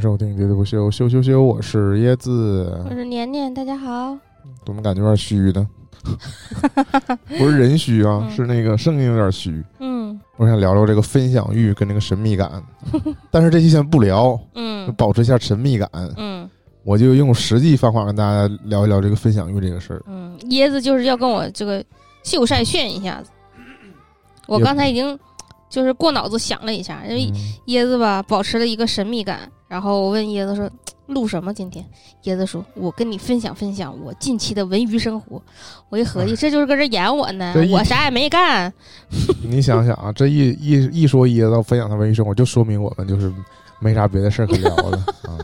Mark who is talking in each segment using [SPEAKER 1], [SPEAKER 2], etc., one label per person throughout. [SPEAKER 1] 收听《喋喋不休》，休休休，我是椰子
[SPEAKER 2] 我，是年年，大家好。
[SPEAKER 1] 怎么感觉有点虚 呢？不是人虚啊，
[SPEAKER 2] 嗯
[SPEAKER 1] 是那个声音有点虚。
[SPEAKER 2] 嗯
[SPEAKER 1] 我想聊聊这个分享欲跟那个神秘 感，但是这期先不聊，
[SPEAKER 2] 嗯
[SPEAKER 1] 保持一下神秘感，
[SPEAKER 2] 嗯
[SPEAKER 1] 我就用实际方法跟大家聊一聊这个分享欲这个事儿。
[SPEAKER 2] 嗯，椰子就是要跟我这个秀晒炫一下子。我
[SPEAKER 1] 也
[SPEAKER 2] 刚才已经就是过脑子想了一下，因为
[SPEAKER 1] 嗯
[SPEAKER 2] 椰子吧保持了一个神秘感。然后我问椰子说：“录什么今天？”椰子说：“我跟你分享分享我近期的文娱生活。”我一合计，这就是搁这演我呢
[SPEAKER 1] 哎这一，
[SPEAKER 2] 我啥也没干。
[SPEAKER 1] 你想想啊，这一一一说椰子到分享他文艺生活，就说明我们就是没啥别的事儿可聊 了啊。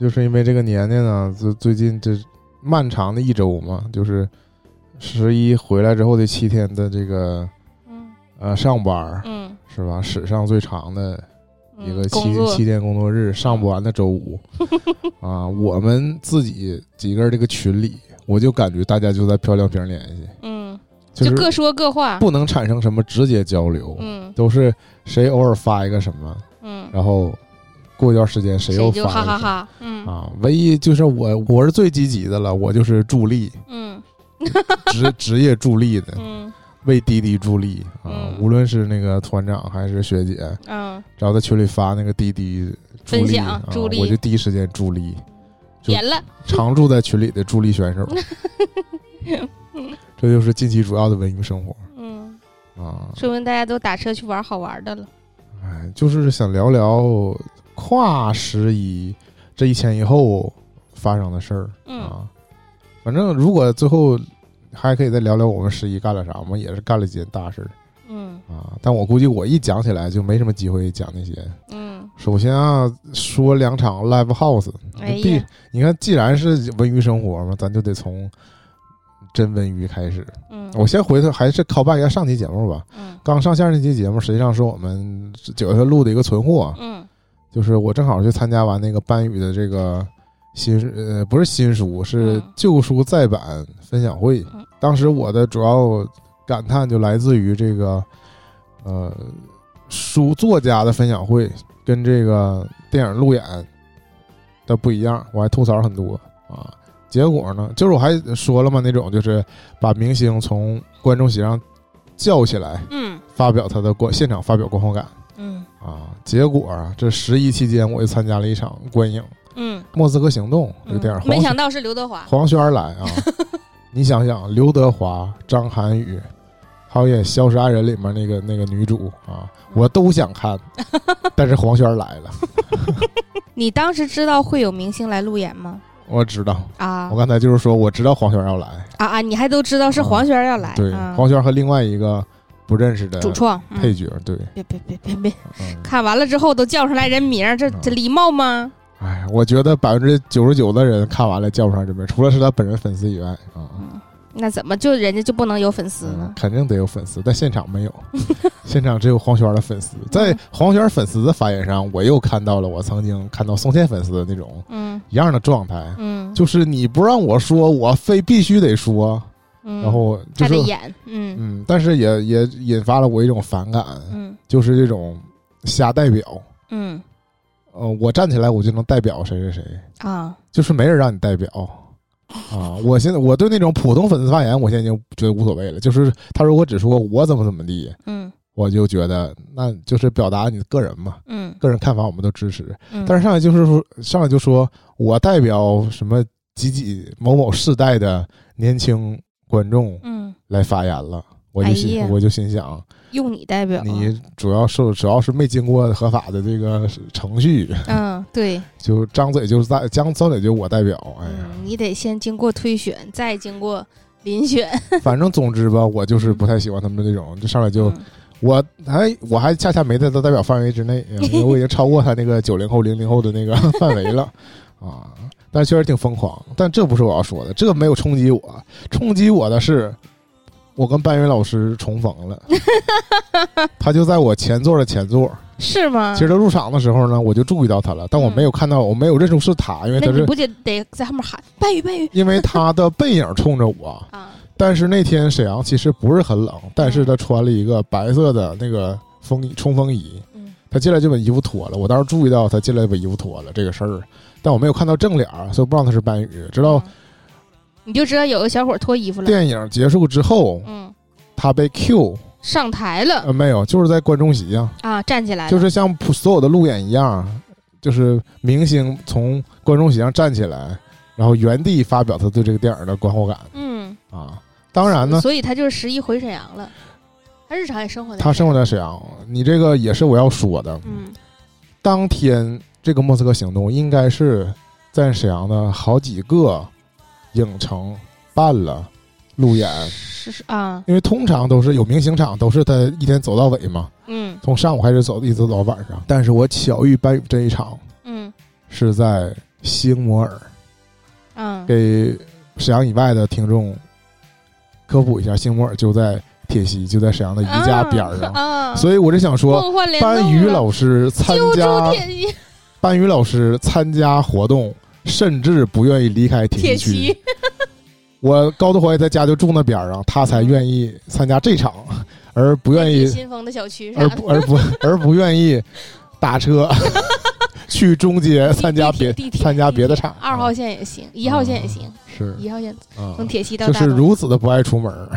[SPEAKER 1] 就是因为这个年年呢，最最近这漫长的一周嘛，就是十一回来之后的七天的这个
[SPEAKER 2] 嗯
[SPEAKER 1] 呃上班儿
[SPEAKER 2] 嗯，
[SPEAKER 1] 是吧？史上最长的
[SPEAKER 2] 嗯
[SPEAKER 1] 一个
[SPEAKER 2] 工
[SPEAKER 1] 七
[SPEAKER 2] 作
[SPEAKER 1] 七天工作日，上不完的周 五啊。我们自己几个人这个群里，我就感觉大家就在漂亮瓶联系，
[SPEAKER 2] 嗯，
[SPEAKER 1] 就
[SPEAKER 2] 就是各说各话。
[SPEAKER 1] 不能产生什么直接交流，
[SPEAKER 2] 嗯
[SPEAKER 1] 都是谁偶尔发一个什么，
[SPEAKER 2] 嗯，
[SPEAKER 1] 然后过一段时间谁又发
[SPEAKER 2] 谁
[SPEAKER 1] 一
[SPEAKER 2] 就
[SPEAKER 1] 个
[SPEAKER 2] 哈哈
[SPEAKER 1] 什么
[SPEAKER 2] 哈。嗯
[SPEAKER 1] 啊。唯一就是我，我是最积极的了，我就是助力，
[SPEAKER 2] 嗯
[SPEAKER 1] 职职业助力的，
[SPEAKER 2] 嗯
[SPEAKER 1] 为滴滴助力啊。
[SPEAKER 2] 嗯
[SPEAKER 1] 无论是那个团长还是学姐，
[SPEAKER 2] 嗯，
[SPEAKER 1] 然后在群里发那个滴滴助力
[SPEAKER 2] 分享
[SPEAKER 1] 啊
[SPEAKER 2] 助力
[SPEAKER 1] 我就第一时间助力，就
[SPEAKER 2] 点了。
[SPEAKER 1] 常驻在群里的助力选 手。这就是近期主要的文娱生活
[SPEAKER 2] 嗯，
[SPEAKER 1] 啊，
[SPEAKER 2] 说明大家都打车去玩好玩的了。
[SPEAKER 1] 哎，就是想聊聊跨十一这一前一后发生的事儿
[SPEAKER 2] 嗯、
[SPEAKER 1] 啊。反正如果最后还可以再聊聊我们十一干了啥，我们也是干了几件大事儿
[SPEAKER 2] 嗯
[SPEAKER 1] 啊。但我估计我一讲起来就没什么机会讲那些。
[SPEAKER 2] 嗯，
[SPEAKER 1] 首先啊，说两场 live house，
[SPEAKER 2] 哎
[SPEAKER 1] 必
[SPEAKER 2] 呀，
[SPEAKER 1] 你看，既然是文娱生活嘛，咱就得从真文娱开始。
[SPEAKER 2] 嗯，
[SPEAKER 1] 我先回头还是 call back 一下上期节目吧。
[SPEAKER 2] 嗯
[SPEAKER 1] 刚上线那期节目，实际上是我们九月份录的一个存货，啊
[SPEAKER 2] 嗯
[SPEAKER 1] 就是我正好去参加完那个班宇的这个新呃不是新书，是
[SPEAKER 2] 嗯
[SPEAKER 1] 旧书再版分享会
[SPEAKER 2] 嗯。
[SPEAKER 1] 当时我的主要感叹就来自于这个呃书作家的分享会跟这个电影路演的不一样，我还吐槽很多啊。结果呢，就是我还说了嘛，那种就是把明星从观众席上叫起来，
[SPEAKER 2] 嗯
[SPEAKER 1] 发表他的观现场发表观后感。
[SPEAKER 2] 嗯
[SPEAKER 1] 啊，结果啊，这十一期间我也参加了一场观影《
[SPEAKER 2] 嗯，
[SPEAKER 1] 莫斯科行动》这个电影，
[SPEAKER 2] 没
[SPEAKER 1] 黄
[SPEAKER 2] 想到是刘德华。
[SPEAKER 1] 黄轩儿来 啊，你想想，刘德华、张涵予，还有演《消失爱人》里面那个那个女主啊，我都想 看，但是黄轩儿来了，
[SPEAKER 2] 你当时知道会有明星来路演吗？
[SPEAKER 1] 我知道，
[SPEAKER 2] 啊
[SPEAKER 1] 我刚才就是说我知道黄轩儿要来，
[SPEAKER 2] 啊啊！你还都知道是黄轩要来
[SPEAKER 1] 对，
[SPEAKER 2] 啊？
[SPEAKER 1] 黄轩儿和另外一个不认识的
[SPEAKER 2] 主创，嗯
[SPEAKER 1] 配角，对，
[SPEAKER 2] 别别别别别，
[SPEAKER 1] 嗯，
[SPEAKER 2] 看完了之后都叫上来人名儿，这
[SPEAKER 1] 嗯
[SPEAKER 2] 这礼貌吗？
[SPEAKER 1] 哎，我觉得百分之九十九的人看完了叫不上这名，除了是他本人粉丝以外
[SPEAKER 2] 嗯
[SPEAKER 1] 啊。
[SPEAKER 2] 那怎么就人家就不能有粉丝
[SPEAKER 1] 嗯
[SPEAKER 2] 呢？
[SPEAKER 1] 肯定得有粉丝，但现场 没有，现场只有黄轩的粉丝。
[SPEAKER 2] 嗯
[SPEAKER 1] 在黄轩粉丝的发言上，我又看到了我曾经看到宋茜粉丝的那种
[SPEAKER 2] 嗯
[SPEAKER 1] 一样的状态，
[SPEAKER 2] 嗯，
[SPEAKER 1] 就是你不让我说，我非必须得说，
[SPEAKER 2] 嗯
[SPEAKER 1] 然后就
[SPEAKER 2] 还
[SPEAKER 1] 是
[SPEAKER 2] 得演，嗯
[SPEAKER 1] 嗯，但是也也引发了我一种反感，
[SPEAKER 2] 嗯
[SPEAKER 1] 就是这种瞎代表。
[SPEAKER 2] 嗯
[SPEAKER 1] 呃，我站起来我就能代表谁谁谁，
[SPEAKER 2] 啊
[SPEAKER 1] 就是没人让你代表。啊，我现在我对那种普通粉丝发言，我现在已经觉得无所谓了。就是他如果只说我怎么怎么地，
[SPEAKER 2] 嗯
[SPEAKER 1] 我就觉得那就是表达你个人嘛，
[SPEAKER 2] 嗯
[SPEAKER 1] 个人看法我们都支持。
[SPEAKER 2] 嗯，
[SPEAKER 1] 但是上来就是说，上来就说我代表什么几几某某世代的年轻观众
[SPEAKER 2] 嗯
[SPEAKER 1] 来发言了，我就
[SPEAKER 2] 哎
[SPEAKER 1] 心
[SPEAKER 2] 呀啊
[SPEAKER 1] 我就心想，
[SPEAKER 2] 用你代表
[SPEAKER 1] 你主要受主要是没经过合法的这个程序，
[SPEAKER 2] 嗯对。
[SPEAKER 1] 就张嘴就是在张张嘴就我代表，哎呀，
[SPEAKER 2] 嗯，你得先经过推选，再经过遴选，
[SPEAKER 1] 反正总之吧，我就是不太喜欢他们的这种，就上来就
[SPEAKER 2] 嗯
[SPEAKER 1] 我还我还恰恰没在他代表范围之内，嗯因为我已经超过他那个九零后、零零后的那个 范围了啊。但确实挺疯狂，但这不是我要说的，这没有冲击我，冲击我的是我跟班云老师重逢了，他就在我前座的前座。
[SPEAKER 2] 是吗？
[SPEAKER 1] 其实他入场的时候呢，我就注意到他了，但我没有看到，我没有认出是他，因为
[SPEAKER 2] 嗯那
[SPEAKER 1] 他
[SPEAKER 2] 你
[SPEAKER 1] 是
[SPEAKER 2] 不得得在后面喊半宇半宇
[SPEAKER 1] 因为他的背影冲着我。
[SPEAKER 2] 啊？
[SPEAKER 1] 但是那天沈阳其实不是很冷，但是他穿了一个白色的那个风衣冲锋衣。
[SPEAKER 2] 嗯
[SPEAKER 1] 他进来就把衣服脱了，我当时注意到他进来就把衣服脱了这个事儿，但我没有看到正脸儿，所以不知道他是班宇。直到
[SPEAKER 2] 嗯你就知道嗯有个小伙脱衣服了，
[SPEAKER 1] 电影结束之后，
[SPEAKER 2] 嗯，
[SPEAKER 1] 他被 Q，
[SPEAKER 2] 上台了
[SPEAKER 1] 呃，没有，就是在观众席啊，
[SPEAKER 2] 啊，站起来了，
[SPEAKER 1] 就是像普所有的路演一样，就是明星从观众席上站起来，然后原地发表他对这个电影的观后感
[SPEAKER 2] 嗯，
[SPEAKER 1] 啊。当然呢，
[SPEAKER 2] 所以他就是十一回沈阳了，他日常也生活在
[SPEAKER 1] 他生活
[SPEAKER 2] 在，
[SPEAKER 1] 在沈阳，你这个也是我要说的。
[SPEAKER 2] 嗯
[SPEAKER 1] 当天这个莫斯科行动应该是在沈阳的好几个影城办了路演，
[SPEAKER 2] 是是啊，
[SPEAKER 1] 因为通常都是有明星场，都是他一天走到尾嘛，
[SPEAKER 2] 嗯
[SPEAKER 1] 从上午开始走，一直走到晚上。但是我巧遇班宇这一场
[SPEAKER 2] 嗯
[SPEAKER 1] 是在星摩尔，
[SPEAKER 2] 嗯，
[SPEAKER 1] 给沈阳以外的听众科普一下，星摩尔就在铁西，就在沈阳的宜家边儿上，
[SPEAKER 2] 啊，
[SPEAKER 1] 所以我就想说，
[SPEAKER 2] 梦幻联动了
[SPEAKER 1] 班宇老师参
[SPEAKER 2] 揪
[SPEAKER 1] 加
[SPEAKER 2] 住铁西
[SPEAKER 1] 班宇老师参加活动，甚至不愿意离开
[SPEAKER 2] 铁
[SPEAKER 1] 铁西区
[SPEAKER 2] 西。，
[SPEAKER 1] 我高度怀疑他家就住那边儿啊，他才愿意参加这 场，而不愿
[SPEAKER 2] 铁
[SPEAKER 1] 意
[SPEAKER 2] 西新丰的小区啥
[SPEAKER 1] 而
[SPEAKER 2] 的，
[SPEAKER 1] 不而不而不愿意打车 去中街参加
[SPEAKER 2] 地
[SPEAKER 1] 别
[SPEAKER 2] 铁地铁
[SPEAKER 1] 参加别的场。嗯
[SPEAKER 2] 二号线也行，一号线也行，
[SPEAKER 1] 是
[SPEAKER 2] 一号线
[SPEAKER 1] 啊，
[SPEAKER 2] 从铁西到
[SPEAKER 1] 就
[SPEAKER 2] 大
[SPEAKER 1] 是
[SPEAKER 2] 东，
[SPEAKER 1] 如此的不爱出门儿，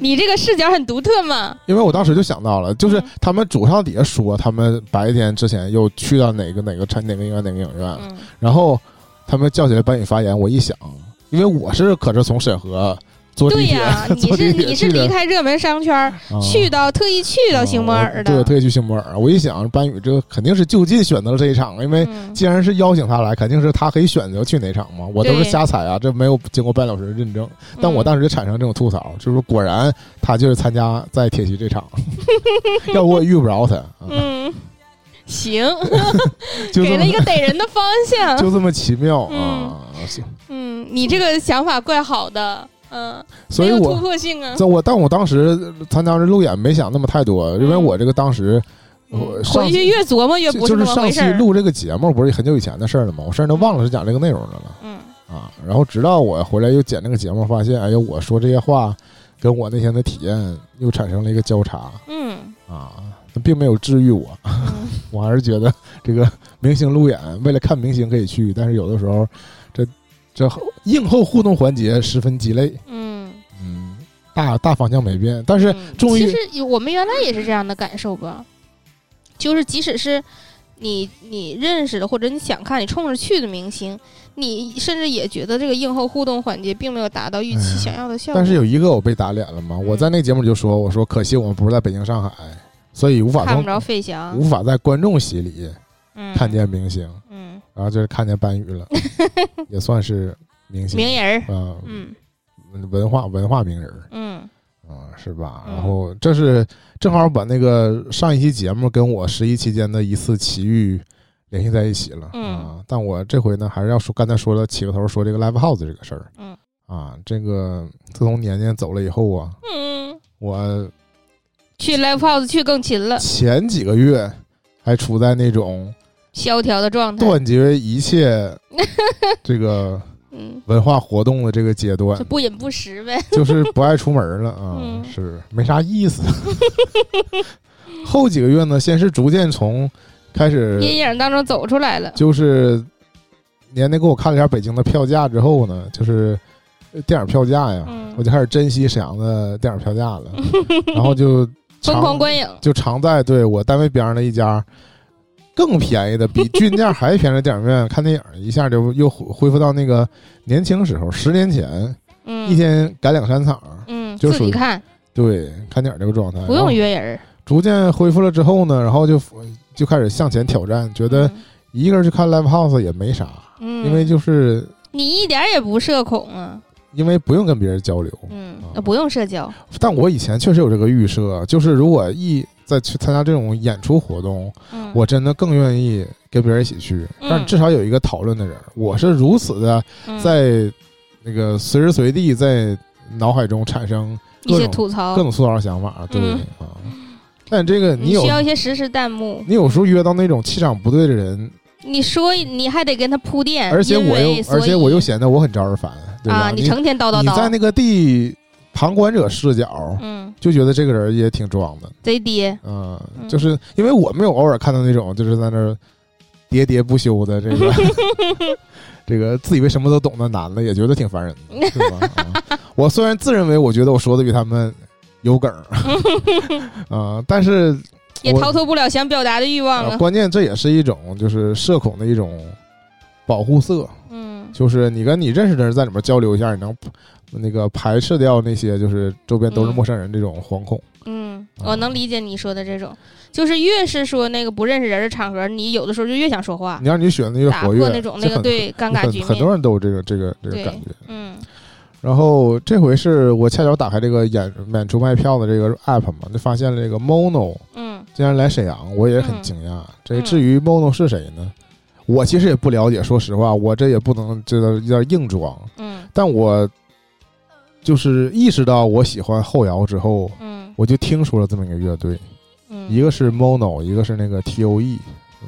[SPEAKER 2] 你这个视角很独特嘛，
[SPEAKER 1] 因为我当时就想到了，就是
[SPEAKER 2] 嗯
[SPEAKER 1] 他们主上底下说他们白天之前又去到哪个哪个产哪个影院哪个影院，
[SPEAKER 2] 嗯
[SPEAKER 1] 然后他们叫起来班宇发言，我一想，因为我是可是从沈河坐
[SPEAKER 2] 对
[SPEAKER 1] 地铁， 啊
[SPEAKER 2] 呀，你
[SPEAKER 1] 坐地
[SPEAKER 2] 是
[SPEAKER 1] 铁
[SPEAKER 2] 你是
[SPEAKER 1] 去的
[SPEAKER 2] 离开热门商圈儿
[SPEAKER 1] 啊
[SPEAKER 2] 去到特意去到星巴
[SPEAKER 1] 啊
[SPEAKER 2] 尔的，
[SPEAKER 1] 对，特意去星摩尔。我一想，班宇这个肯定是就近选择了这一场，因为
[SPEAKER 2] 嗯
[SPEAKER 1] 既然是邀请他来，肯定是他可以选择去哪场嘛。我都是
[SPEAKER 2] 对嗯
[SPEAKER 1] 瞎猜啊，这没有经过半小时的认证。但我当时就产生这种吐槽，就是果然他就是参加在铁西这 场，要不我也遇不着他，啊
[SPEAKER 2] 嗯，嗯行，
[SPEAKER 1] 就
[SPEAKER 2] 给
[SPEAKER 1] 这
[SPEAKER 2] 了一
[SPEAKER 1] 么
[SPEAKER 2] 个逮人的方向。
[SPEAKER 1] 就这么奇妙啊！是
[SPEAKER 2] 嗯，你这个想法怪好的，嗯，
[SPEAKER 1] 所
[SPEAKER 2] 没
[SPEAKER 1] 以
[SPEAKER 2] 有
[SPEAKER 1] 我
[SPEAKER 2] 突破性 啊。
[SPEAKER 1] 在我但我当时参加这路演没想那么太多，因为我这个当时我
[SPEAKER 2] 嗯
[SPEAKER 1] 上
[SPEAKER 2] 回去越琢磨越
[SPEAKER 1] 就
[SPEAKER 2] 嗯不
[SPEAKER 1] 就
[SPEAKER 2] 那
[SPEAKER 1] 是
[SPEAKER 2] 么
[SPEAKER 1] 上
[SPEAKER 2] 回
[SPEAKER 1] 期
[SPEAKER 2] 事儿。
[SPEAKER 1] 录这个节目不是很久以前的事儿了吗？我甚至都忘了是讲这个内容的了
[SPEAKER 2] 嗯
[SPEAKER 1] 啊。然后直到我回来又剪那个节目，发现哎呦，我说这些话跟我那天的体验又产生了一个交叉
[SPEAKER 2] 嗯
[SPEAKER 1] 啊，并没有治愈我。
[SPEAKER 2] 嗯，
[SPEAKER 1] 我还是觉得这个明星路演，为了看明星可以去，但是有的时候这这映后互动环节十分鸡肋。
[SPEAKER 2] 嗯，
[SPEAKER 1] 嗯，大大方向没变，但是
[SPEAKER 2] 嗯
[SPEAKER 1] 终于
[SPEAKER 2] 其实我们原来也是这样的感受吧，就是即使是你你认识的或者你想看你冲着去的明星，你甚至也觉得这个映后互动环节并没有达到预
[SPEAKER 1] 哎
[SPEAKER 2] 期
[SPEAKER 1] 呀
[SPEAKER 2] 想要的效果。
[SPEAKER 1] 但是有一个我被打脸了嘛，我
[SPEAKER 2] 嗯
[SPEAKER 1] 在那节目里就说，我说可惜我们不是在北京、上海，所以无法
[SPEAKER 2] 看不
[SPEAKER 1] 从
[SPEAKER 2] 着费翔
[SPEAKER 1] 无，法在观众席里
[SPEAKER 2] 嗯，
[SPEAKER 1] 看见明星，
[SPEAKER 2] 嗯，
[SPEAKER 1] 然后就是看见班宇 了，也算是明星
[SPEAKER 2] 名人儿，
[SPEAKER 1] 啊、
[SPEAKER 2] 嗯
[SPEAKER 1] 文化文化名人儿
[SPEAKER 2] 嗯
[SPEAKER 1] 啊、是吧？
[SPEAKER 2] 嗯
[SPEAKER 1] 然后这是正好把那个上一期节目跟我十一期间的一次奇遇联系在一起了、
[SPEAKER 2] 嗯
[SPEAKER 1] 啊。但我这回呢，还是要说刚才说了起个头说这个 live house 这个事儿，
[SPEAKER 2] 嗯
[SPEAKER 1] 啊，这个自从年年走了以后啊，
[SPEAKER 2] 嗯，
[SPEAKER 1] 我
[SPEAKER 2] 去 live house 去更勤 了，
[SPEAKER 1] 前几个月还处在那种
[SPEAKER 2] 萧条的状态，
[SPEAKER 1] 断绝一 切这个
[SPEAKER 2] 嗯，
[SPEAKER 1] 文化活动的这个阶段
[SPEAKER 2] 就，不饮不食呗，
[SPEAKER 1] 就是不爱出门了啊，
[SPEAKER 2] 嗯
[SPEAKER 1] 是没啥意 思。后几个月呢，先是逐渐从开始
[SPEAKER 2] 阴影当中走出来了，
[SPEAKER 1] 就是年年给我看了一下北京的票价之后呢，就是呃电影票价呀，
[SPEAKER 2] 嗯
[SPEAKER 1] 我就开始珍惜沈阳的电影票价 了，然后就
[SPEAKER 2] 疯狂
[SPEAKER 1] 常
[SPEAKER 2] 观影，
[SPEAKER 1] 就常在对我单位边上的一家更便宜的， 比均价还便宜的电影院看电影，一下就又恢恢复到那个年轻时候，十年前
[SPEAKER 2] 嗯，
[SPEAKER 1] 一天赶两三场，
[SPEAKER 2] 嗯，
[SPEAKER 1] 就
[SPEAKER 2] 自
[SPEAKER 1] 属于哎
[SPEAKER 2] 己看，
[SPEAKER 1] 对，看电影这个状态，
[SPEAKER 2] 不
[SPEAKER 1] 然后
[SPEAKER 2] 用约人儿，
[SPEAKER 1] 逐渐恢复了之后呢，然后就就开始向前挑战，觉得一个人去看 live house 也没啥，
[SPEAKER 2] 嗯嗯，嗯，
[SPEAKER 1] 因为就是
[SPEAKER 2] 你一点儿也不社恐啊，
[SPEAKER 1] 因为不用跟别人交流，
[SPEAKER 2] 嗯
[SPEAKER 1] 啊，
[SPEAKER 2] 呃不用社交，
[SPEAKER 1] 但我以前确实有这个预设，就是如果一再去参加这种演出活动，
[SPEAKER 2] 嗯，
[SPEAKER 1] 我真的更愿意跟别人一起去，
[SPEAKER 2] 嗯
[SPEAKER 1] 但至少有一个讨论的人。我是如此的
[SPEAKER 2] 嗯
[SPEAKER 1] 在那个随时随地在脑海中产生
[SPEAKER 2] 一
[SPEAKER 1] 各
[SPEAKER 2] 些
[SPEAKER 1] 种
[SPEAKER 2] 吐
[SPEAKER 1] 各
[SPEAKER 2] 槽，
[SPEAKER 1] 种塑造想法，对、
[SPEAKER 2] 哦嗯
[SPEAKER 1] 啊。但这个你
[SPEAKER 2] 你
[SPEAKER 1] 有
[SPEAKER 2] 需要一些实时弹幕，
[SPEAKER 1] 你有时候约到那种气场不对的人，
[SPEAKER 2] 你说你还得跟他铺垫，
[SPEAKER 1] 而且
[SPEAKER 2] 哎因
[SPEAKER 1] 我
[SPEAKER 2] 为
[SPEAKER 1] 又
[SPEAKER 2] 所
[SPEAKER 1] 而且我又
[SPEAKER 2] 以
[SPEAKER 1] 显得我很招人烦，对吧？
[SPEAKER 2] 啊，
[SPEAKER 1] 你
[SPEAKER 2] 成天叨叨
[SPEAKER 1] 你
[SPEAKER 2] 叨
[SPEAKER 1] 在，那个地旁观者视角
[SPEAKER 2] 嗯，
[SPEAKER 1] 就觉得这个人也挺装的，
[SPEAKER 2] 贼爹，
[SPEAKER 1] 嗯，
[SPEAKER 2] 嗯
[SPEAKER 1] 就是因为我没有偶尔看到那种就是在那儿喋喋不休的这 个这个自以为什么都懂的男的，也觉得挺烦人的，是吧？啊我虽然自认为我觉得我说的比他们有 梗儿啊，但是
[SPEAKER 2] 也
[SPEAKER 1] 我
[SPEAKER 2] 逃脱不了想表达的欲望
[SPEAKER 1] 啊，
[SPEAKER 2] 啊。
[SPEAKER 1] 关键这也是一种就是社恐的一种保护色，
[SPEAKER 2] 嗯
[SPEAKER 1] 就是你跟你认识的人在里面交流一下，你能那个排斥掉那些就是周边都是陌生人这种惶恐。
[SPEAKER 2] 嗯，
[SPEAKER 1] 啊
[SPEAKER 2] 我能理解你说的这种，就是越是说那个不认识人的场合，你有的时候就越想说话，
[SPEAKER 1] 你让你选的越
[SPEAKER 2] 打
[SPEAKER 1] 活
[SPEAKER 2] 破
[SPEAKER 1] 跃，
[SPEAKER 2] 那种那
[SPEAKER 1] 这
[SPEAKER 2] 个
[SPEAKER 1] 很
[SPEAKER 2] 对尴尬局
[SPEAKER 1] 很很
[SPEAKER 2] 面。
[SPEAKER 1] 多人都有这个这个这个
[SPEAKER 2] 对
[SPEAKER 1] 感觉。
[SPEAKER 2] 嗯
[SPEAKER 1] 然后这回是我恰巧打开这个演演出卖票的这个 app 嘛，就发现了这个 Mono
[SPEAKER 2] 嗯
[SPEAKER 1] 竟然来沈阳，我也很
[SPEAKER 2] 嗯
[SPEAKER 1] 惊讶。这
[SPEAKER 2] 嗯
[SPEAKER 1] 至于 Mono 是谁呢？我其实也不了解，说实话，我这也不能这个有点硬装，
[SPEAKER 2] 嗯
[SPEAKER 1] 但我就是意识到我喜欢后摇之后，
[SPEAKER 2] 嗯
[SPEAKER 1] 我就听说了这么一个乐队，
[SPEAKER 2] 嗯，
[SPEAKER 1] 一个是 Mono，一个是那个 T.O.E，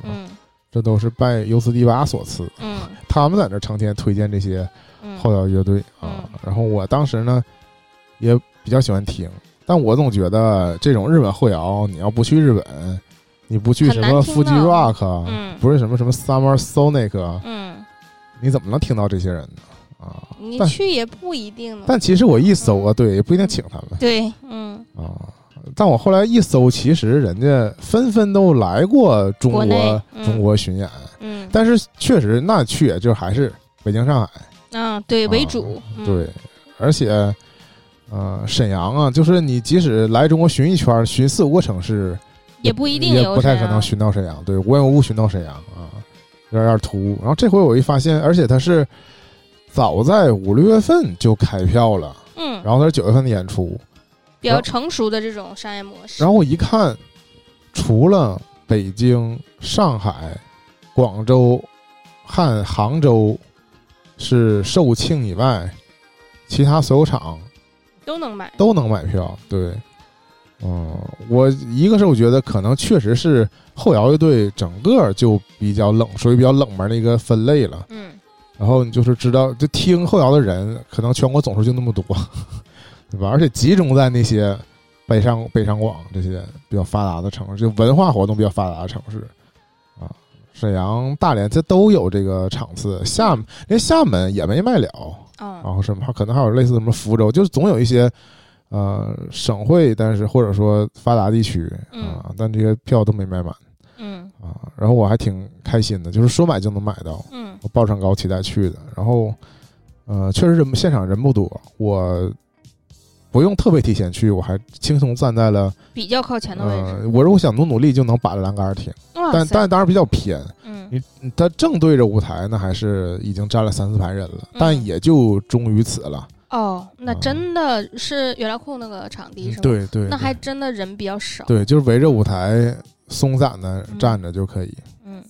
[SPEAKER 2] 嗯
[SPEAKER 1] 这都是拜尤斯蒂娃所赐。
[SPEAKER 2] 嗯
[SPEAKER 1] 他们在那儿成天推荐这些
[SPEAKER 2] 嗯，
[SPEAKER 1] 后摇乐队啊
[SPEAKER 2] 嗯。
[SPEAKER 1] 然后我当时呢也比较喜欢听，但我总觉得这种日本后摇，你要不去日本，你不去什么
[SPEAKER 2] 很难听
[SPEAKER 1] 腹肌
[SPEAKER 2] 到
[SPEAKER 1] rock，啊
[SPEAKER 2] 嗯
[SPEAKER 1] 不是什么什么 summer sonic，啊
[SPEAKER 2] 嗯，
[SPEAKER 1] 你怎么能听到这些人呢？啊，
[SPEAKER 2] 你
[SPEAKER 1] 但
[SPEAKER 2] 去也不一定呢。
[SPEAKER 1] 但其实我一搜啊，对，也不一定请他们
[SPEAKER 2] 对，嗯，
[SPEAKER 1] 啊。但我后来一搜，其实人家纷纷都来过中
[SPEAKER 2] 国内
[SPEAKER 1] 国
[SPEAKER 2] 嗯
[SPEAKER 1] 中国巡演，
[SPEAKER 2] 嗯，
[SPEAKER 1] 但是确实那去也就还是北京、上海。
[SPEAKER 2] 啊，对为主，嗯，
[SPEAKER 1] 对，而且，呃，沈阳啊，就是你即使来中国巡一圈儿，巡四五个城市，
[SPEAKER 2] 也不一定
[SPEAKER 1] 也
[SPEAKER 2] 有
[SPEAKER 1] 不太
[SPEAKER 2] 沈
[SPEAKER 1] 可能
[SPEAKER 2] 阳
[SPEAKER 1] 巡到沈阳。对，无缘无故巡到沈阳啊，有点有点突兀。然后这回我一发现，而且他是早在五六月份就开票了，
[SPEAKER 2] 嗯，
[SPEAKER 1] 然后他是九月份的演出，
[SPEAKER 2] 比较成熟的这种商业模式
[SPEAKER 1] 然，后我一看，除了北京、上海、广州和杭州是售罄以外，其他所有场
[SPEAKER 2] 都能买。
[SPEAKER 1] 都能买票。对，嗯，我一个是我觉得可能确实是后摇乐队整个就比较冷，属于比较冷门的一个分类了。
[SPEAKER 2] 嗯，
[SPEAKER 1] 然后你就是知道，就听后摇的人，可能全国总数就那么多， 对吧？而且集中在那些北上北上广这些比较发达的城市，就文化活动比较发达的城市啊，沈阳、大连这都有这个场次。厦门连厦门也没卖了，然
[SPEAKER 2] 哦，
[SPEAKER 1] 后什么可能还有类似什么福州，就是总有一些呃省会，但是或者说发达地区啊，但这些票都没卖满
[SPEAKER 2] 嗯
[SPEAKER 1] 啊。然后我还挺开心的，就是说买就能买到，
[SPEAKER 2] 嗯
[SPEAKER 1] 我抱上高期待去的。然后呃，确实人现场人不多，我不用特别提前去，我还轻松站在了
[SPEAKER 2] 比较靠前的位置。
[SPEAKER 1] 呃，我如果想努努力就能把着栏杆儿停，
[SPEAKER 2] 哇
[SPEAKER 1] 呃但
[SPEAKER 2] 塞
[SPEAKER 1] 但当然比较偏，
[SPEAKER 2] 嗯
[SPEAKER 1] 你他正对着舞台，那还是已经站了三四排人了，但
[SPEAKER 2] 嗯
[SPEAKER 1] 也就终于此了。
[SPEAKER 2] 哦，那真的是原来库那个场地
[SPEAKER 1] 嗯
[SPEAKER 2] 是吗？，
[SPEAKER 1] 啊对对，对
[SPEAKER 2] 那还真的人比较少。
[SPEAKER 1] 对，就是围着舞台松散的站着就可以。
[SPEAKER 2] 嗯，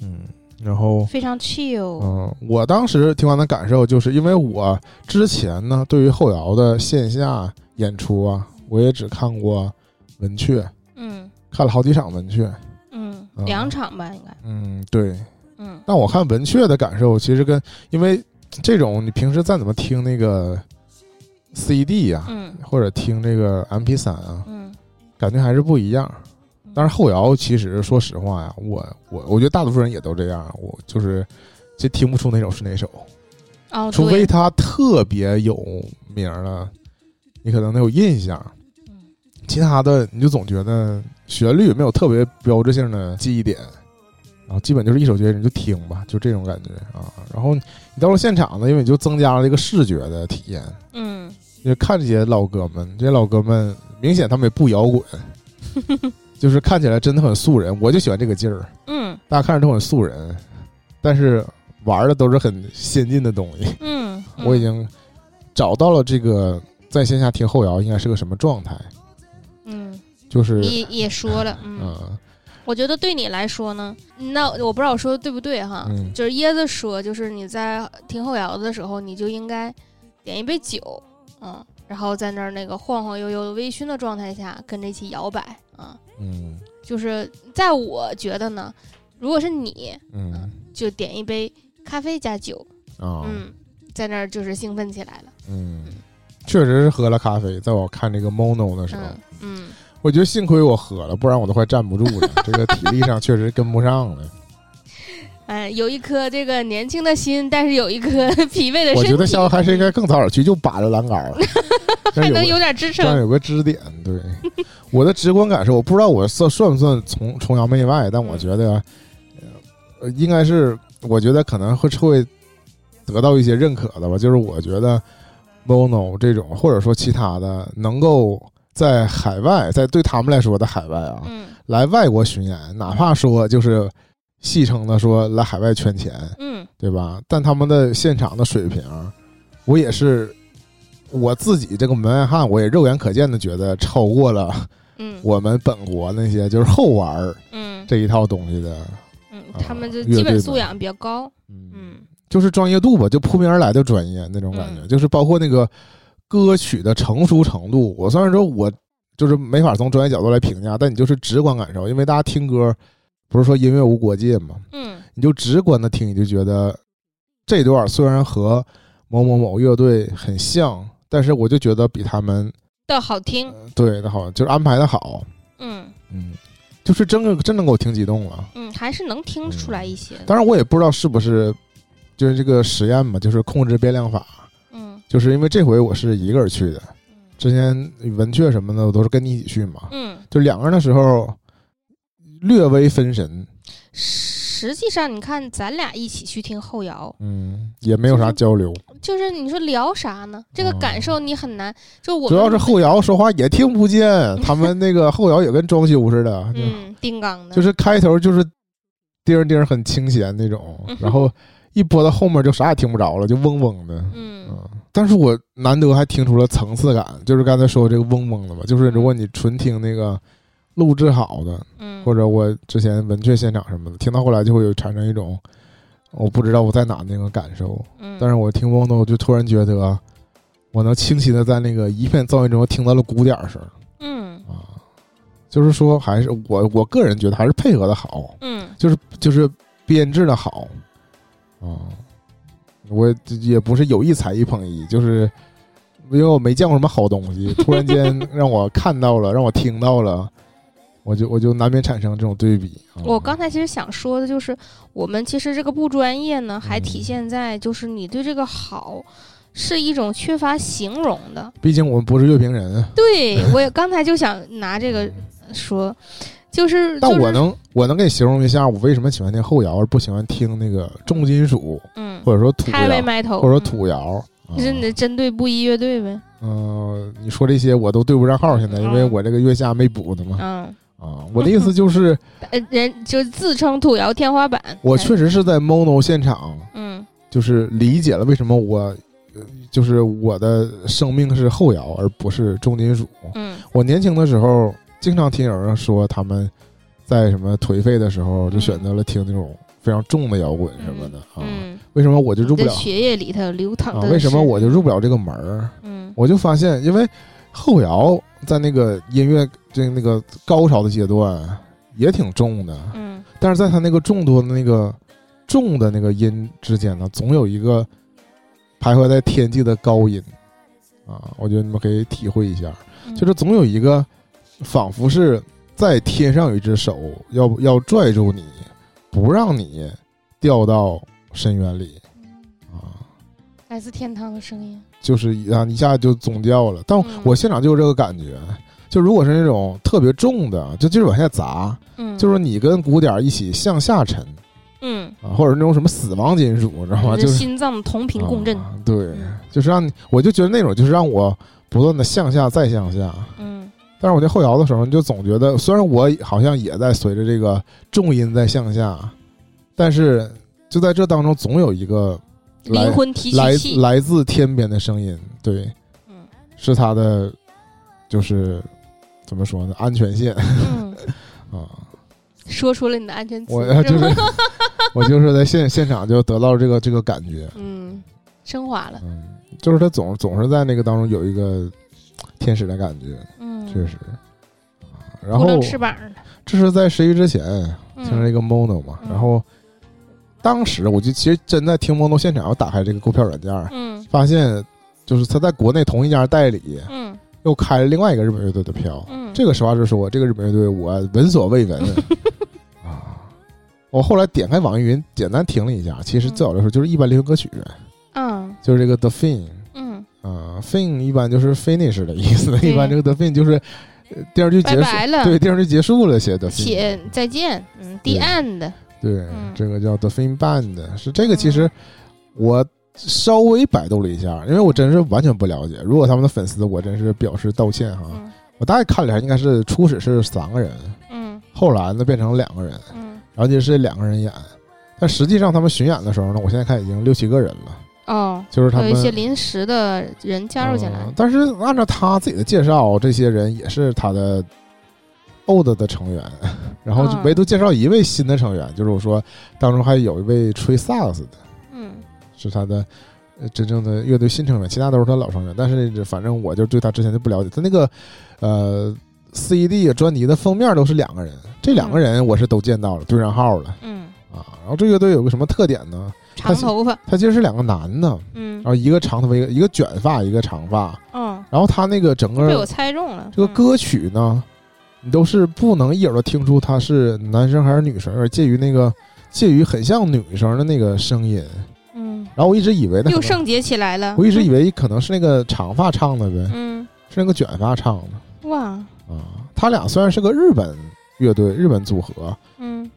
[SPEAKER 1] 嗯，然后
[SPEAKER 2] 非常 chill。
[SPEAKER 1] 嗯，我当时听完的感受就是，因为我之前呢，对于后摇的线下演出啊，我也只看过文雀，
[SPEAKER 2] 嗯
[SPEAKER 1] 看了好几场文雀。
[SPEAKER 2] 嗯
[SPEAKER 1] 嗯，
[SPEAKER 2] 两场吧应该。
[SPEAKER 1] 嗯，对。
[SPEAKER 2] 嗯
[SPEAKER 1] 但我看文雀的感受，其实跟因为这种你平时再怎么听那个 CD 呀、
[SPEAKER 2] 嗯
[SPEAKER 1] 或者听这个 MP 3啊，
[SPEAKER 2] 嗯
[SPEAKER 1] 感觉还是不一样。但是后摇其实说实话呀，我我我觉得大多数人也都这样，我就是其实听不出哪首是哪首，
[SPEAKER 2] 哦，
[SPEAKER 1] 除非
[SPEAKER 2] 对
[SPEAKER 1] 他特别有名儿了，你可能能有印象。
[SPEAKER 2] 嗯
[SPEAKER 1] 其他的你就总觉得旋律没有特别标志性的记忆点，然后基本就是一首接着你就听吧，就这种感觉啊。然后你到了现场呢，因为你就增加了这个视觉的体验，
[SPEAKER 2] 嗯
[SPEAKER 1] 就看这些老哥们，这些老哥们明显他们也不摇 滚，就是看起来真的很素人。我就喜欢这个劲儿，
[SPEAKER 2] 嗯
[SPEAKER 1] 大家看着都很素人，但是玩的都是很先进的东西。
[SPEAKER 2] 嗯，嗯
[SPEAKER 1] 我已经找到了这个在线下听后摇应该是个什么状态，
[SPEAKER 2] 嗯
[SPEAKER 1] 就是
[SPEAKER 2] 你也说了嗯。
[SPEAKER 1] 嗯
[SPEAKER 2] 我觉得对你来说呢，那我不知道我说的对不对哈，
[SPEAKER 1] 嗯
[SPEAKER 2] 就是椰子说，就是你在听后摇的时候，你就应该点一杯酒，嗯，然后在那儿那个晃晃悠悠的微醺的状态下跟着一起摇摆啊、
[SPEAKER 1] 嗯
[SPEAKER 2] 就是在我觉得呢，如果是你，
[SPEAKER 1] 嗯
[SPEAKER 2] 就点一杯咖啡加酒，嗯
[SPEAKER 1] 啊
[SPEAKER 2] 嗯，在那儿就是兴奋起来了，
[SPEAKER 1] 嗯，确实是喝了咖啡，在我看这个 Mono 的时候，
[SPEAKER 2] 嗯嗯，
[SPEAKER 1] 我觉得幸亏我喝了，不然我都快站不住了。这个体力上确实跟不上了。
[SPEAKER 2] 哎，有一颗这个年轻的心，但是有一颗 疲惫的身体，
[SPEAKER 1] 我觉得下回还是应该更早点去，就把着栏杆 儿，这
[SPEAKER 2] 还
[SPEAKER 1] 有
[SPEAKER 2] 能
[SPEAKER 1] 个
[SPEAKER 2] 有点支
[SPEAKER 1] 这样
[SPEAKER 2] 撑。
[SPEAKER 1] 有个支点。对，我的直观感受，我不知道我算算不算崇崇洋媚外，
[SPEAKER 2] 嗯
[SPEAKER 1] 但我觉得，呃，应该是，我觉得可能会会得到一些认可的吧。就是我觉得 Mono 这种，或者说其他的，能够在海外，在对他们来说的海外啊，
[SPEAKER 2] 嗯
[SPEAKER 1] 来外国巡演，哪怕说就是戏称的说来海外圈钱，
[SPEAKER 2] 嗯
[SPEAKER 1] 对吧？但他们的现场的水平，啊我也是我自己这个门外汉，我也肉眼可见的觉得超过了
[SPEAKER 2] 嗯
[SPEAKER 1] 我们本国那些就是后玩儿
[SPEAKER 2] 嗯
[SPEAKER 1] 这一套东西的，
[SPEAKER 2] 嗯
[SPEAKER 1] 啊，
[SPEAKER 2] 他们这
[SPEAKER 1] 乐
[SPEAKER 2] 基
[SPEAKER 1] 队
[SPEAKER 2] 本
[SPEAKER 1] 们
[SPEAKER 2] 素养比较高。
[SPEAKER 1] 嗯，
[SPEAKER 2] 嗯
[SPEAKER 1] 就是专业度吧，就扑面而来的专业那种感觉，就是包括那个歌曲的成熟程度，我虽然说我就是没法从专业角度来评价，但你就是直观感受，因为大家听歌不是说音乐无国界嘛，
[SPEAKER 2] 嗯
[SPEAKER 1] 你就直观的听，你就觉得这段虽然和某某某乐队很像，但是我就觉得比他们
[SPEAKER 2] 倒好听。
[SPEAKER 1] 呃对的好，就是安排的好，
[SPEAKER 2] 嗯
[SPEAKER 1] 嗯，就是真的真能给我听激动了。
[SPEAKER 2] 嗯，还是能听出来一些的。
[SPEAKER 1] 嗯当然，我也不知道是不是就是这个实验嘛，就是控制变量法，
[SPEAKER 2] 嗯
[SPEAKER 1] 就是因为这回我是一个人去的，之前文雀什么的我都是跟你一起去嘛，
[SPEAKER 2] 嗯，
[SPEAKER 1] 就两个人的时候略微分神，
[SPEAKER 2] 实际上你看，咱俩一起去听后摇，
[SPEAKER 1] 嗯，也没有啥交流，
[SPEAKER 2] 就是你说聊啥呢？这个感受你很难。就
[SPEAKER 1] 哦
[SPEAKER 2] 我
[SPEAKER 1] 主要是
[SPEAKER 2] 们
[SPEAKER 1] 后摇说话也听不见，他们那个后摇也跟装修似的，
[SPEAKER 2] 嗯，叮当的，
[SPEAKER 1] 就就是开头就是叮儿叮儿很清闲那种
[SPEAKER 2] 嗯，哼
[SPEAKER 1] 然后一播到后面就啥也听不着了，就嗡嗡的。
[SPEAKER 2] 嗯
[SPEAKER 1] 嗯，但是我难得还听出了层次感，就是刚才说这个嗡嗡的嘛，就是如果你纯听那个录制好的，
[SPEAKER 2] 嗯，
[SPEAKER 1] 或者我之前文雀现场什么的，听到后来就会有产生一种我不知道我在哪那个感受。
[SPEAKER 2] 嗯，
[SPEAKER 1] 但是我听嗡的，我就突然觉得，我能清晰的在那个一片噪音中听到了鼓点儿声
[SPEAKER 2] 嗯
[SPEAKER 1] 啊，就是说还是我我个人觉得还是配合的好，
[SPEAKER 2] 嗯
[SPEAKER 1] 就是就是编制的好啊，我也不是有意才艺捧一，就是因为我没见过什么好东 西，突然间让我看到了，让我听到了。我就我就难免产生这种对比。啊
[SPEAKER 2] 我刚才其实想说的就是，我们其实这个不专业呢，还体
[SPEAKER 1] 嗯
[SPEAKER 2] 现在就是你对这个好是一种缺乏形容的。
[SPEAKER 1] 毕竟我们不是乐评人，
[SPEAKER 2] 对我也刚才就想拿这个说，就是
[SPEAKER 1] 但
[SPEAKER 2] 就是
[SPEAKER 1] 我能我能给你形容一下，我为什么喜欢听后摇，而不喜欢听那个重金属，
[SPEAKER 2] 嗯
[SPEAKER 1] 或者说土摇，
[SPEAKER 2] ，Highway Metal，
[SPEAKER 1] 或者说
[SPEAKER 2] 嗯
[SPEAKER 1] 土啊摇。
[SPEAKER 2] 就是你针对布衣乐队呗，
[SPEAKER 1] 嗯，你说这些我都对不上号，现在因为我这个月下没补的嘛。
[SPEAKER 2] 嗯，
[SPEAKER 1] 啊，我的意思就是，
[SPEAKER 2] 呃，人就自称土窑天花板，
[SPEAKER 1] 我
[SPEAKER 2] 哎
[SPEAKER 1] 确实是在 Mono 现场，
[SPEAKER 2] 嗯
[SPEAKER 1] 就是理解了为什么我，呃就是我的生命是后摇而不是重金属。
[SPEAKER 2] 嗯
[SPEAKER 1] 我年轻的时候经常听有人说他们在什么颓废的时候就选择了听那种非常重的摇滚什么的啊。
[SPEAKER 2] 嗯，
[SPEAKER 1] 为什么我就入
[SPEAKER 2] 你
[SPEAKER 1] 不
[SPEAKER 2] 的
[SPEAKER 1] 了
[SPEAKER 2] 血液里头流淌
[SPEAKER 1] 啊？
[SPEAKER 2] 的，
[SPEAKER 1] 为什么我就入不了这个门儿？
[SPEAKER 2] 嗯
[SPEAKER 1] 我就发现，因为后摇在那个音乐这那个高潮的阶段也挺重的，
[SPEAKER 2] 嗯
[SPEAKER 1] 但是在它那个众多的那个重的那个音之间呢，总有一个徘徊在天际的高音啊，我觉得你们可以体会一下，
[SPEAKER 2] 嗯
[SPEAKER 1] 就是总有一个仿佛是在天上有一只手要要拽住你，不让你掉到深渊里啊。
[SPEAKER 2] 来自天堂的声音，
[SPEAKER 1] 就是一啊一下就宗教了。但
[SPEAKER 2] 嗯
[SPEAKER 1] 我现场就有这个感觉，就如果是那种特别重的，就就是往下砸，
[SPEAKER 2] 嗯，
[SPEAKER 1] 就是你跟鼓点儿一起向下沉
[SPEAKER 2] 嗯，
[SPEAKER 1] 啊，或者那种什么死亡金属，你知道吗？
[SPEAKER 2] 就
[SPEAKER 1] 就是是
[SPEAKER 2] 心脏同频共振，
[SPEAKER 1] 啊对
[SPEAKER 2] 嗯，
[SPEAKER 1] 就是让你，我就觉得那种就是让我不断的向下再向下。
[SPEAKER 2] 嗯
[SPEAKER 1] 但是我在后摇的时候，你就总觉得，虽然我好像也在随着这个重音在向下，但是就在这当中，总有一个来
[SPEAKER 2] 灵魂提
[SPEAKER 1] 来
[SPEAKER 2] 取器，
[SPEAKER 1] 来自天边的声音，对，
[SPEAKER 2] 嗯
[SPEAKER 1] 是他的，就是怎么说呢，安全 线
[SPEAKER 2] 嗯，
[SPEAKER 1] 啊。
[SPEAKER 2] 说出了你的安全词，
[SPEAKER 1] 我
[SPEAKER 2] 是
[SPEAKER 1] 就是
[SPEAKER 2] 吗
[SPEAKER 1] 我就是在现现场就得到这个这个感觉，
[SPEAKER 2] 嗯，升华了，
[SPEAKER 1] 嗯，就是他总总是在那个当中有一个天使的感觉，
[SPEAKER 2] 嗯，
[SPEAKER 1] 确实。啊然后
[SPEAKER 2] 扑棱翅膀了，
[SPEAKER 1] 这是在十一之前听
[SPEAKER 2] 嗯
[SPEAKER 1] 了一个 mono 嘛，
[SPEAKER 2] 嗯
[SPEAKER 1] 然后当时我就其实真在听 mono 现场，我打开这个购票软件儿，
[SPEAKER 2] 嗯
[SPEAKER 1] 发现。就是他在国内同一家代理
[SPEAKER 2] 嗯
[SPEAKER 1] 又开了另外一个日本乐队的票，
[SPEAKER 2] 嗯，
[SPEAKER 1] 这个实话实说，这个日本乐队我闻所未 闻啊。我后来点开网易云，简单听了一下，其实最好来说就是一般流行歌曲，
[SPEAKER 2] 嗯
[SPEAKER 1] 就是这个 The Fin
[SPEAKER 2] 嗯，
[SPEAKER 1] 啊，Fin 一般就是 finish 的意思，
[SPEAKER 2] 对
[SPEAKER 1] 一般这个 The Fin 就是呃电视剧结
[SPEAKER 2] 拜
[SPEAKER 1] 束，
[SPEAKER 2] 拜了，
[SPEAKER 1] 对，电视剧结束了写的 Fin，
[SPEAKER 2] 且再见，嗯
[SPEAKER 1] 对
[SPEAKER 2] ，the end，
[SPEAKER 1] 对，
[SPEAKER 2] 嗯
[SPEAKER 1] 这个叫 The Fin Band，是这个其实
[SPEAKER 2] 嗯
[SPEAKER 1] 我稍微百度了一下，因为我真是完全不了解，如果他们的粉丝，我真是表示道歉哈。
[SPEAKER 2] 嗯
[SPEAKER 1] 我大概看了一下，应该是初始是三个人，
[SPEAKER 2] 嗯
[SPEAKER 1] 后来呢变成两个人，
[SPEAKER 2] 嗯，
[SPEAKER 1] 然后就是两个人演。但实际上他们巡演的时候呢，我现在看已经六七个人了，
[SPEAKER 2] 哦，
[SPEAKER 1] 就是他
[SPEAKER 2] 有
[SPEAKER 1] 们
[SPEAKER 2] 一些临时的人加入进来
[SPEAKER 1] 嗯，但是按照他自己的介绍，这些人也是他的 old 的成员，然后就
[SPEAKER 2] 嗯
[SPEAKER 1] 唯独介绍一位新的成员，就是我说当中还有一位吹萨克斯的，
[SPEAKER 2] 嗯
[SPEAKER 1] 是他的呃真正的乐队新成员，其他都是他老成员。但是反正我就对他之前就不了解，他那个呃 CD 专辑的封面都是两个人，这两个人我是都见到了，对上号了
[SPEAKER 2] 嗯，
[SPEAKER 1] 啊。然后这乐队有个什么特点呢？
[SPEAKER 2] 长头发，
[SPEAKER 1] 他其实是啊两个男的，
[SPEAKER 2] 嗯
[SPEAKER 1] 然后一个长头发，一个一个卷发，一个长发。
[SPEAKER 2] 哦，
[SPEAKER 1] 然后他那个整
[SPEAKER 2] 被我
[SPEAKER 1] 个
[SPEAKER 2] 猜中了，
[SPEAKER 1] 这个
[SPEAKER 2] 嗯，
[SPEAKER 1] 歌曲呢，你都是不能一耳朵听出他是男生还是女生，而介于那个介于很像女生的那个声音。
[SPEAKER 2] 嗯，
[SPEAKER 1] 然后我一直以为那
[SPEAKER 2] 又
[SPEAKER 1] 可能
[SPEAKER 2] 圣洁起来了，
[SPEAKER 1] 我一直以为可能是那个长发唱的呗，
[SPEAKER 2] 嗯，
[SPEAKER 1] 是那个卷发唱的
[SPEAKER 2] 嗯，哇，
[SPEAKER 1] 啊。他俩虽然是个日本乐队、日本组合，
[SPEAKER 2] 嗯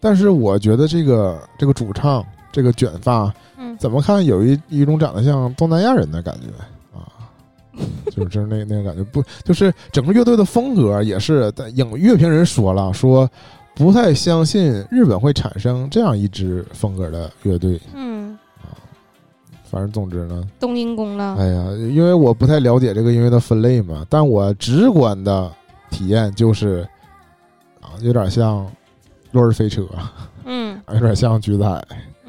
[SPEAKER 1] 但是我觉得这个这个主唱这个卷发
[SPEAKER 2] 嗯，
[SPEAKER 1] 怎么看有一一种长得像东南亚人的感觉啊，就是就是那那个感觉不，就是整个乐队的风格也是，但影乐评人说了说。不太相信日本会产生这样一支风格的乐队，
[SPEAKER 2] 嗯，
[SPEAKER 1] 反正总之呢，
[SPEAKER 2] 冬阴功了，
[SPEAKER 1] 哎呀，因为我不太了解这个音乐的分类嘛，但我直观的体验就是，啊，有点像《落日飞车》，
[SPEAKER 2] 嗯
[SPEAKER 1] 有点像《橘子海》。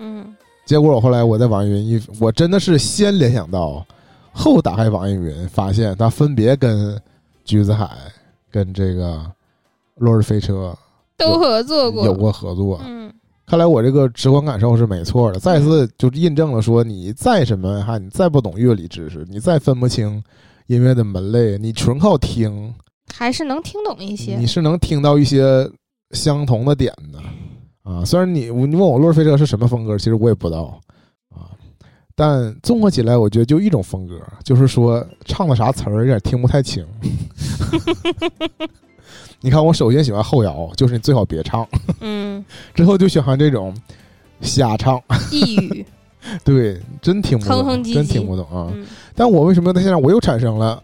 [SPEAKER 2] 嗯
[SPEAKER 1] 结果我后来我在网易云一，我真的是先联想到，后打开网易云，发现它分别跟《橘子海》跟这个《落日飞车
[SPEAKER 2] 都合作》过，
[SPEAKER 1] 有过合作。
[SPEAKER 2] 嗯
[SPEAKER 1] 看来我这个直观感受是没错的，再次就印证了说，你再什么哈，你再不懂乐理知识，你再分不清音乐的门类，你纯靠听，
[SPEAKER 2] 还是能听懂一些
[SPEAKER 1] 你，是能听到一些相同的点的啊。虽然你你问我《落日飞车》是什么风格，其实我也不知道啊，但综合起来，我觉得就一种风格，就是说唱的啥词儿有点听不太 清。你看，我首先喜欢后摇，就是你最好别唱，
[SPEAKER 2] 嗯，
[SPEAKER 1] 之后就喜欢这种瞎唱。
[SPEAKER 2] 抑郁，
[SPEAKER 1] 对，真听不懂，
[SPEAKER 2] 哼哼唧唧
[SPEAKER 1] 真听不懂啊！
[SPEAKER 2] 嗯
[SPEAKER 1] 但我为什么到现在我又产生了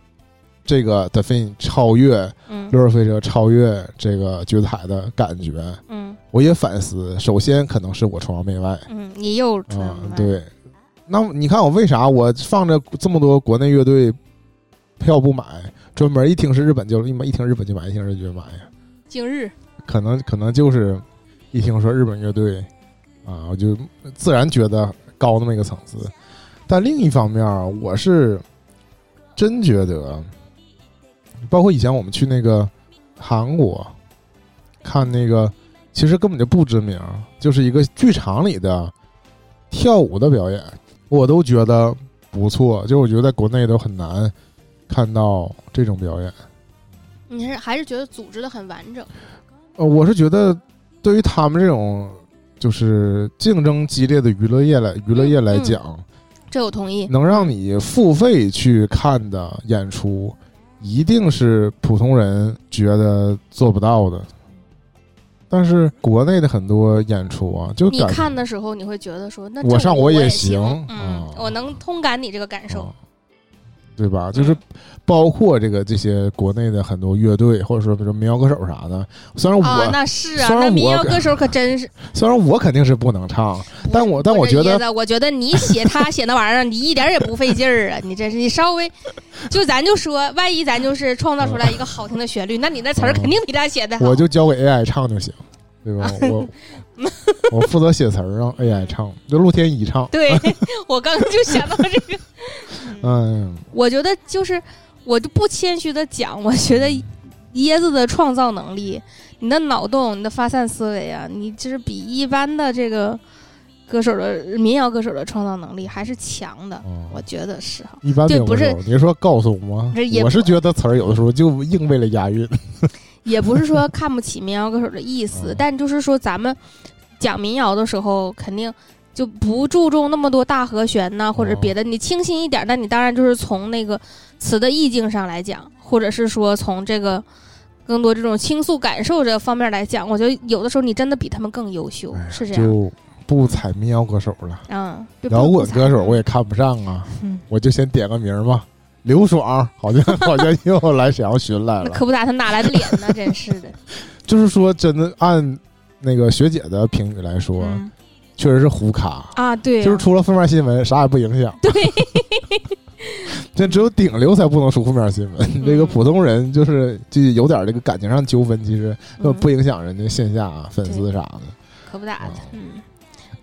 [SPEAKER 1] 这个 The Fin 超越《
[SPEAKER 2] 嗯
[SPEAKER 1] 六日飞车》超越这个橘子海的感觉？
[SPEAKER 2] 嗯
[SPEAKER 1] 我也反思，首先可能是我崇洋媚外
[SPEAKER 2] 嗯，你又传
[SPEAKER 1] 啊
[SPEAKER 2] 了，，
[SPEAKER 1] 对。那么你看我为啥我放着这么多国内乐队票不买，专门一听是日本就一买，一听日本就买，一听日本就买呀？
[SPEAKER 2] 今日，
[SPEAKER 1] 可能可能就是一听说日本乐队啊，我就自然觉得高那么一个层次。但另一方面啊，我是真觉得，包括以前我们去那个韩国看那个，其实根本就不知名，就是一个剧场里的跳舞的表演，我都觉得不错。就是我觉得在国内都很难看到这种表演。
[SPEAKER 2] 你是还是觉得组织的很完整，
[SPEAKER 1] 呃，我是觉得对于他们这种就是竞争激烈的娱乐业来娱乐业
[SPEAKER 2] 嗯
[SPEAKER 1] 来讲，
[SPEAKER 2] 这我同意，
[SPEAKER 1] 能让你付费去看的演出，一定是普通人觉得做不到的。但是国内的很多演出啊，就
[SPEAKER 2] 你
[SPEAKER 1] 感
[SPEAKER 2] 看的时候，你会觉得说，那
[SPEAKER 1] 我
[SPEAKER 2] 这
[SPEAKER 1] 上
[SPEAKER 2] 我
[SPEAKER 1] 我也
[SPEAKER 2] 行
[SPEAKER 1] 行，
[SPEAKER 2] 嗯
[SPEAKER 1] 啊，
[SPEAKER 2] 我能通感你这个感受
[SPEAKER 1] 啊，对吧？就是包括这个这些国内的很多乐队，或者说比如民谣歌手啥的，虽然我、
[SPEAKER 2] 啊，那是啊，
[SPEAKER 1] 虽然
[SPEAKER 2] 那民
[SPEAKER 1] 我
[SPEAKER 2] 谣歌手可真是，
[SPEAKER 1] 虽然我肯定是不能唱， 但我但我
[SPEAKER 2] 我
[SPEAKER 1] 觉得
[SPEAKER 2] 得，我觉得你写他写那玩意儿，你一点儿也不费劲儿啊！你真是，你稍微就咱就说，万一咱就是创造出来一个好听的旋律，那你那词儿肯定比他写的好。
[SPEAKER 1] 啊我就交给 AI 唱就行，对吧？ 我我负责写词儿，让 AI 唱，就陆天一唱。
[SPEAKER 2] 对 我刚就想到这个，
[SPEAKER 1] 嗯，
[SPEAKER 2] 我觉得就是，我就不谦虚的讲， 我觉得椰子的创造能力，你的脑洞，你的发散思维啊，你就是比一般的这个歌手的民谣歌手的创造能力还是强的，
[SPEAKER 1] 嗯
[SPEAKER 2] 我觉得是哈。
[SPEAKER 1] 一般
[SPEAKER 2] 对
[SPEAKER 1] 并
[SPEAKER 2] 不是
[SPEAKER 1] 有你说告诉我吗
[SPEAKER 2] 不是也？
[SPEAKER 1] 我是
[SPEAKER 2] 不
[SPEAKER 1] 觉得词儿有的时候就硬为了押韵，
[SPEAKER 2] 也不是说看不起民谣歌手的意思，
[SPEAKER 1] 嗯
[SPEAKER 2] 但就是说咱们讲民谣的时候，肯定就不注重那么多大和弦呐、或者
[SPEAKER 1] 哦
[SPEAKER 2] 别的，你清新一点。但你当然就是从那个词的意境上来讲，或者是说从这个更多这种倾诉感受这方面来讲，我觉得有的时候你真的比他们更优秀，
[SPEAKER 1] 哎呀
[SPEAKER 2] 是这样。
[SPEAKER 1] 就不踩民谣歌手了。
[SPEAKER 2] 嗯，就
[SPEAKER 1] 摇滚歌手我
[SPEAKER 2] 也
[SPEAKER 1] 也看不上啊，
[SPEAKER 2] 嗯
[SPEAKER 1] 我就先点个名儿吧。刘爽好 像好像又来沈阳巡来
[SPEAKER 2] 那
[SPEAKER 1] 了，
[SPEAKER 2] 可不咋，他哪来的脸呢？真是 的。
[SPEAKER 1] 就是说真的，按那个学姐的评语来说，
[SPEAKER 2] 嗯
[SPEAKER 1] 确实是胡咖，
[SPEAKER 2] 啊，对啊，
[SPEAKER 1] 就是出了负面新闻啥也不影响。
[SPEAKER 2] 对，
[SPEAKER 1] 这只有顶流才不能出负面新闻，
[SPEAKER 2] 嗯
[SPEAKER 1] 这个普通人就是就有点这个感情上纠纷，其实
[SPEAKER 2] 嗯
[SPEAKER 1] 不影响人家线下、啊粉丝啥的。
[SPEAKER 2] 可不咋的
[SPEAKER 1] 哦，
[SPEAKER 2] 嗯，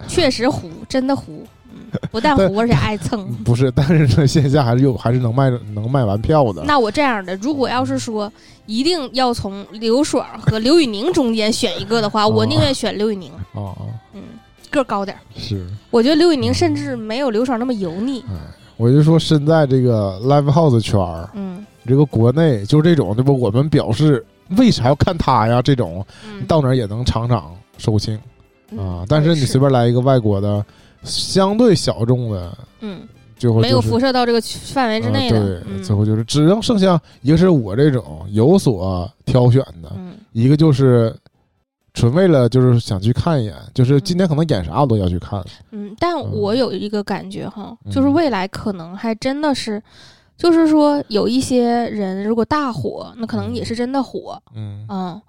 [SPEAKER 2] 确实糊，真的糊，嗯，不但糊，而且爱 蹭。
[SPEAKER 1] 不是，但是这线下还是有还是能卖能卖完票的。
[SPEAKER 2] 那我这样的，如果要是说一定要从刘爽和刘宇宁中间选一个的话，
[SPEAKER 1] 哦
[SPEAKER 2] 我宁愿选刘宇宁，
[SPEAKER 1] 啊，
[SPEAKER 2] 嗯，个儿高点儿。
[SPEAKER 1] 是，
[SPEAKER 2] 我觉得刘宇宁甚至没有刘爽那么油腻，
[SPEAKER 1] 哎，我就说身在这个 live house 圈儿，
[SPEAKER 2] 嗯
[SPEAKER 1] 这个国内就这种，对不？我们表示为啥要看他呀？这种
[SPEAKER 2] 嗯，
[SPEAKER 1] 到哪儿也能场场售罄啊
[SPEAKER 2] 嗯。
[SPEAKER 1] 但是你随
[SPEAKER 2] 便，
[SPEAKER 1] 便来一个外国的，相对小众的，
[SPEAKER 2] 嗯，
[SPEAKER 1] 最后
[SPEAKER 2] 没有
[SPEAKER 1] 就是
[SPEAKER 2] 辐射到这个区范围之内的，
[SPEAKER 1] 呃对，
[SPEAKER 2] 嗯
[SPEAKER 1] 最后就是只能剩下一个是我这种有所挑选的，
[SPEAKER 2] 嗯
[SPEAKER 1] 一个就是纯为了就是想去看一眼，就是今天可能演啥我都要去看。
[SPEAKER 2] 嗯，但我有一个感觉哈，
[SPEAKER 1] 嗯
[SPEAKER 2] 就是未来可能还真的是，就是说有一些人如果大火，那可能也是真的火，
[SPEAKER 1] 嗯，
[SPEAKER 2] 嗯，